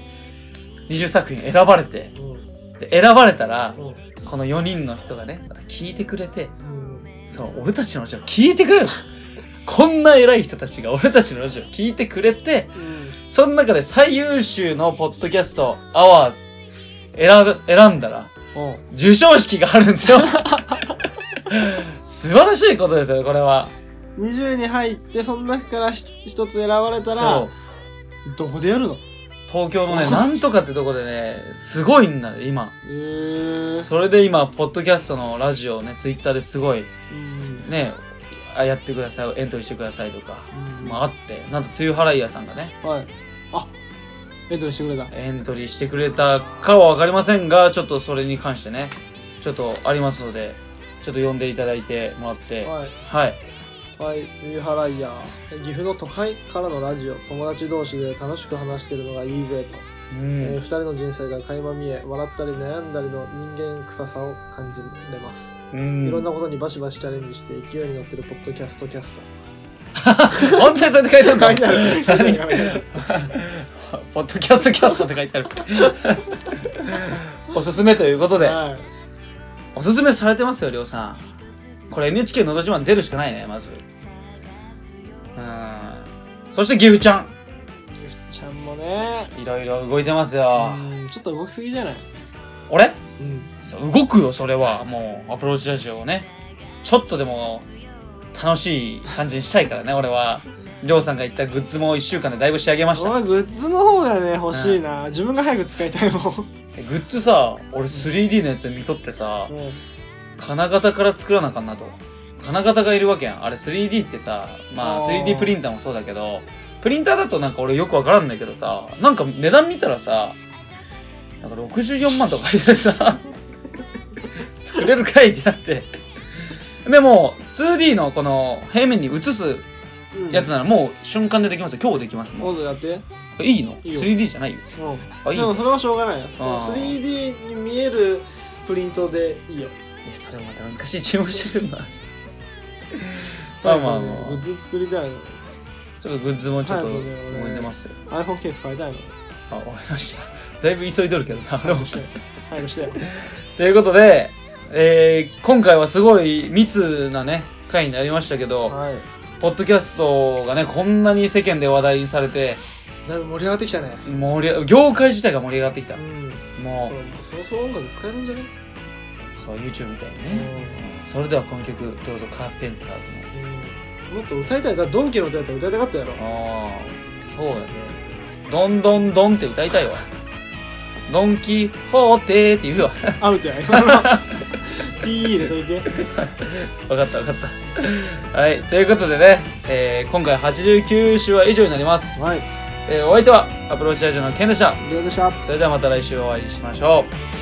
Speaker 1: 20作品選ばれて
Speaker 2: い。うん。
Speaker 1: で選ばれたら
Speaker 2: うん。
Speaker 1: この4人の人がねまた聞いてくれて
Speaker 2: うん。
Speaker 1: その俺たちのラジオ聞いてくれるこんな偉い人たちが俺たちのラジオ聞いてくれて
Speaker 2: うん
Speaker 1: その中で最優秀のポッドキャストアワーズ選ぶ選んだら
Speaker 2: うん。 [laughs]
Speaker 1: 授賞式があるんですよ素晴らしいことですよ、これは。
Speaker 2: 20に入って、その中からひ一つ選ばれ
Speaker 1: そ
Speaker 2: た
Speaker 1: う
Speaker 2: ら、。どこでやるの
Speaker 1: 東京の
Speaker 2: [laughs]
Speaker 1: ね、なんとかってとこでね、すごいんだよ、今。
Speaker 2: えー、
Speaker 1: それで今、ポッドキャストのラジオね、ツイッターですごい、
Speaker 2: うん
Speaker 1: ね、あやってください、エントリーしてくださいとか、
Speaker 2: うん
Speaker 1: まああって、なんと、梅雨払い屋さんがね、
Speaker 2: はい。あ、エントリーしてくれた。
Speaker 1: エントリーしてくれたかはわかりませんが、ちょっとそれに関してね、ちょっとありますので、ちょっと呼んでいただいてもらって、
Speaker 2: はい。
Speaker 1: はい。
Speaker 2: はい、梅雨払いや、岐阜の都会からのラジオ、友達同士で楽しく話してるのがいいぜと、
Speaker 1: う
Speaker 2: えー
Speaker 1: ん
Speaker 2: 二。人の人生が垣間見え、笑ったり悩んだりの人間臭さを感じれます。
Speaker 1: うん
Speaker 2: いろんなことにバシバシチャレンジして勢いに乗ってるポッドキャストキ
Speaker 1: [laughs]
Speaker 2: ャスト。
Speaker 1: 本当にそれで書いてあるの
Speaker 2: 書いてある書いてある書いて
Speaker 1: ポッドキャストキャストって書いてある。 [laughs] おすすめということで、
Speaker 2: はい。
Speaker 1: おすすめされてますよ、りょうさん。これ NHK のど自慢出るしかないね、まず。うん。そして岐阜ちゃ
Speaker 2: ゆきちゃんもね、
Speaker 1: ん。いろいろ動いてますよ。
Speaker 2: うんちょっと動きすぎじゃない
Speaker 1: 俺
Speaker 2: うん。
Speaker 1: そう動くよ、それは。もう、アプローチラジオをね。ちょっとでも、楽しい感じにしたいからね、俺は。りょうさんが言ったグッズも1週間でだいぶ仕上げました。
Speaker 2: 俺グッズの方がね、欲しいな。自分が早く使いたいもん。
Speaker 1: [laughs] グッズさ、俺 3D のやつ見とってさ、
Speaker 2: うん
Speaker 1: 金型から作らなあかんなと金型がいるわけやんあれ 3D ってさまあ
Speaker 2: あー
Speaker 1: 3D プリンターもそうだけどプリンターだとなんか俺よくわからんだけどさなんか値段見たらさなんか64万とか書いてあるさ [laughs] 作れるかいってなってでも 2D のこの平面に映す
Speaker 2: うん
Speaker 1: やつならもう瞬間でできますよ今日できますも
Speaker 2: 温度やって。うん。
Speaker 1: んいいの
Speaker 2: いいよ
Speaker 1: 3D じゃないよあいい
Speaker 2: でも
Speaker 1: の
Speaker 2: それはしょうがないよ。
Speaker 1: あー
Speaker 2: 3D に見えるプリントでいいよ。
Speaker 1: いやそれまた難しい注文して
Speaker 2: [laughs]
Speaker 1: るんだま [laughs] あまあまあ
Speaker 2: グッズ作りたいの。
Speaker 1: ちょっとグッズもちょっと
Speaker 2: はい
Speaker 1: 思い出ますよ
Speaker 2: iPhone ケース買いたいの。
Speaker 1: あ、わかりました。だいぶ急いどるけどな。
Speaker 2: 早くして。
Speaker 1: [laughs]
Speaker 2: 早くして。
Speaker 1: ということで、えー今回はすごい密なね、回になりましたけど、
Speaker 2: はい。
Speaker 1: ポッドキャストがね、こんなに世間で話題にされて、
Speaker 2: だいぶ盛り上がってきたね。
Speaker 1: 盛り上業界自体が盛り上がってきた
Speaker 2: う。ん。
Speaker 1: も
Speaker 2: そろそろ音楽使えるんじゃね
Speaker 1: う、そう、YouTube みたいにね。それではこの曲、どうぞ、カーペンターズの。
Speaker 2: うんもっと歌いたい。だってドンキの歌やったら歌いたかったやろ。
Speaker 1: ああ、そうだね。どんどんどんって歌い
Speaker 2: [laughs]
Speaker 1: たいわ。ドンキホーテーって言うわ。
Speaker 2: アウトや。今のピー入れといて。
Speaker 1: わかったわかった。はい、ということでね、えー今回89週は以上になります。
Speaker 2: はい。
Speaker 1: えーお相手はアプローチラジオのケンでした。
Speaker 2: 了解でした。
Speaker 1: それではまた来週お会いしましょう。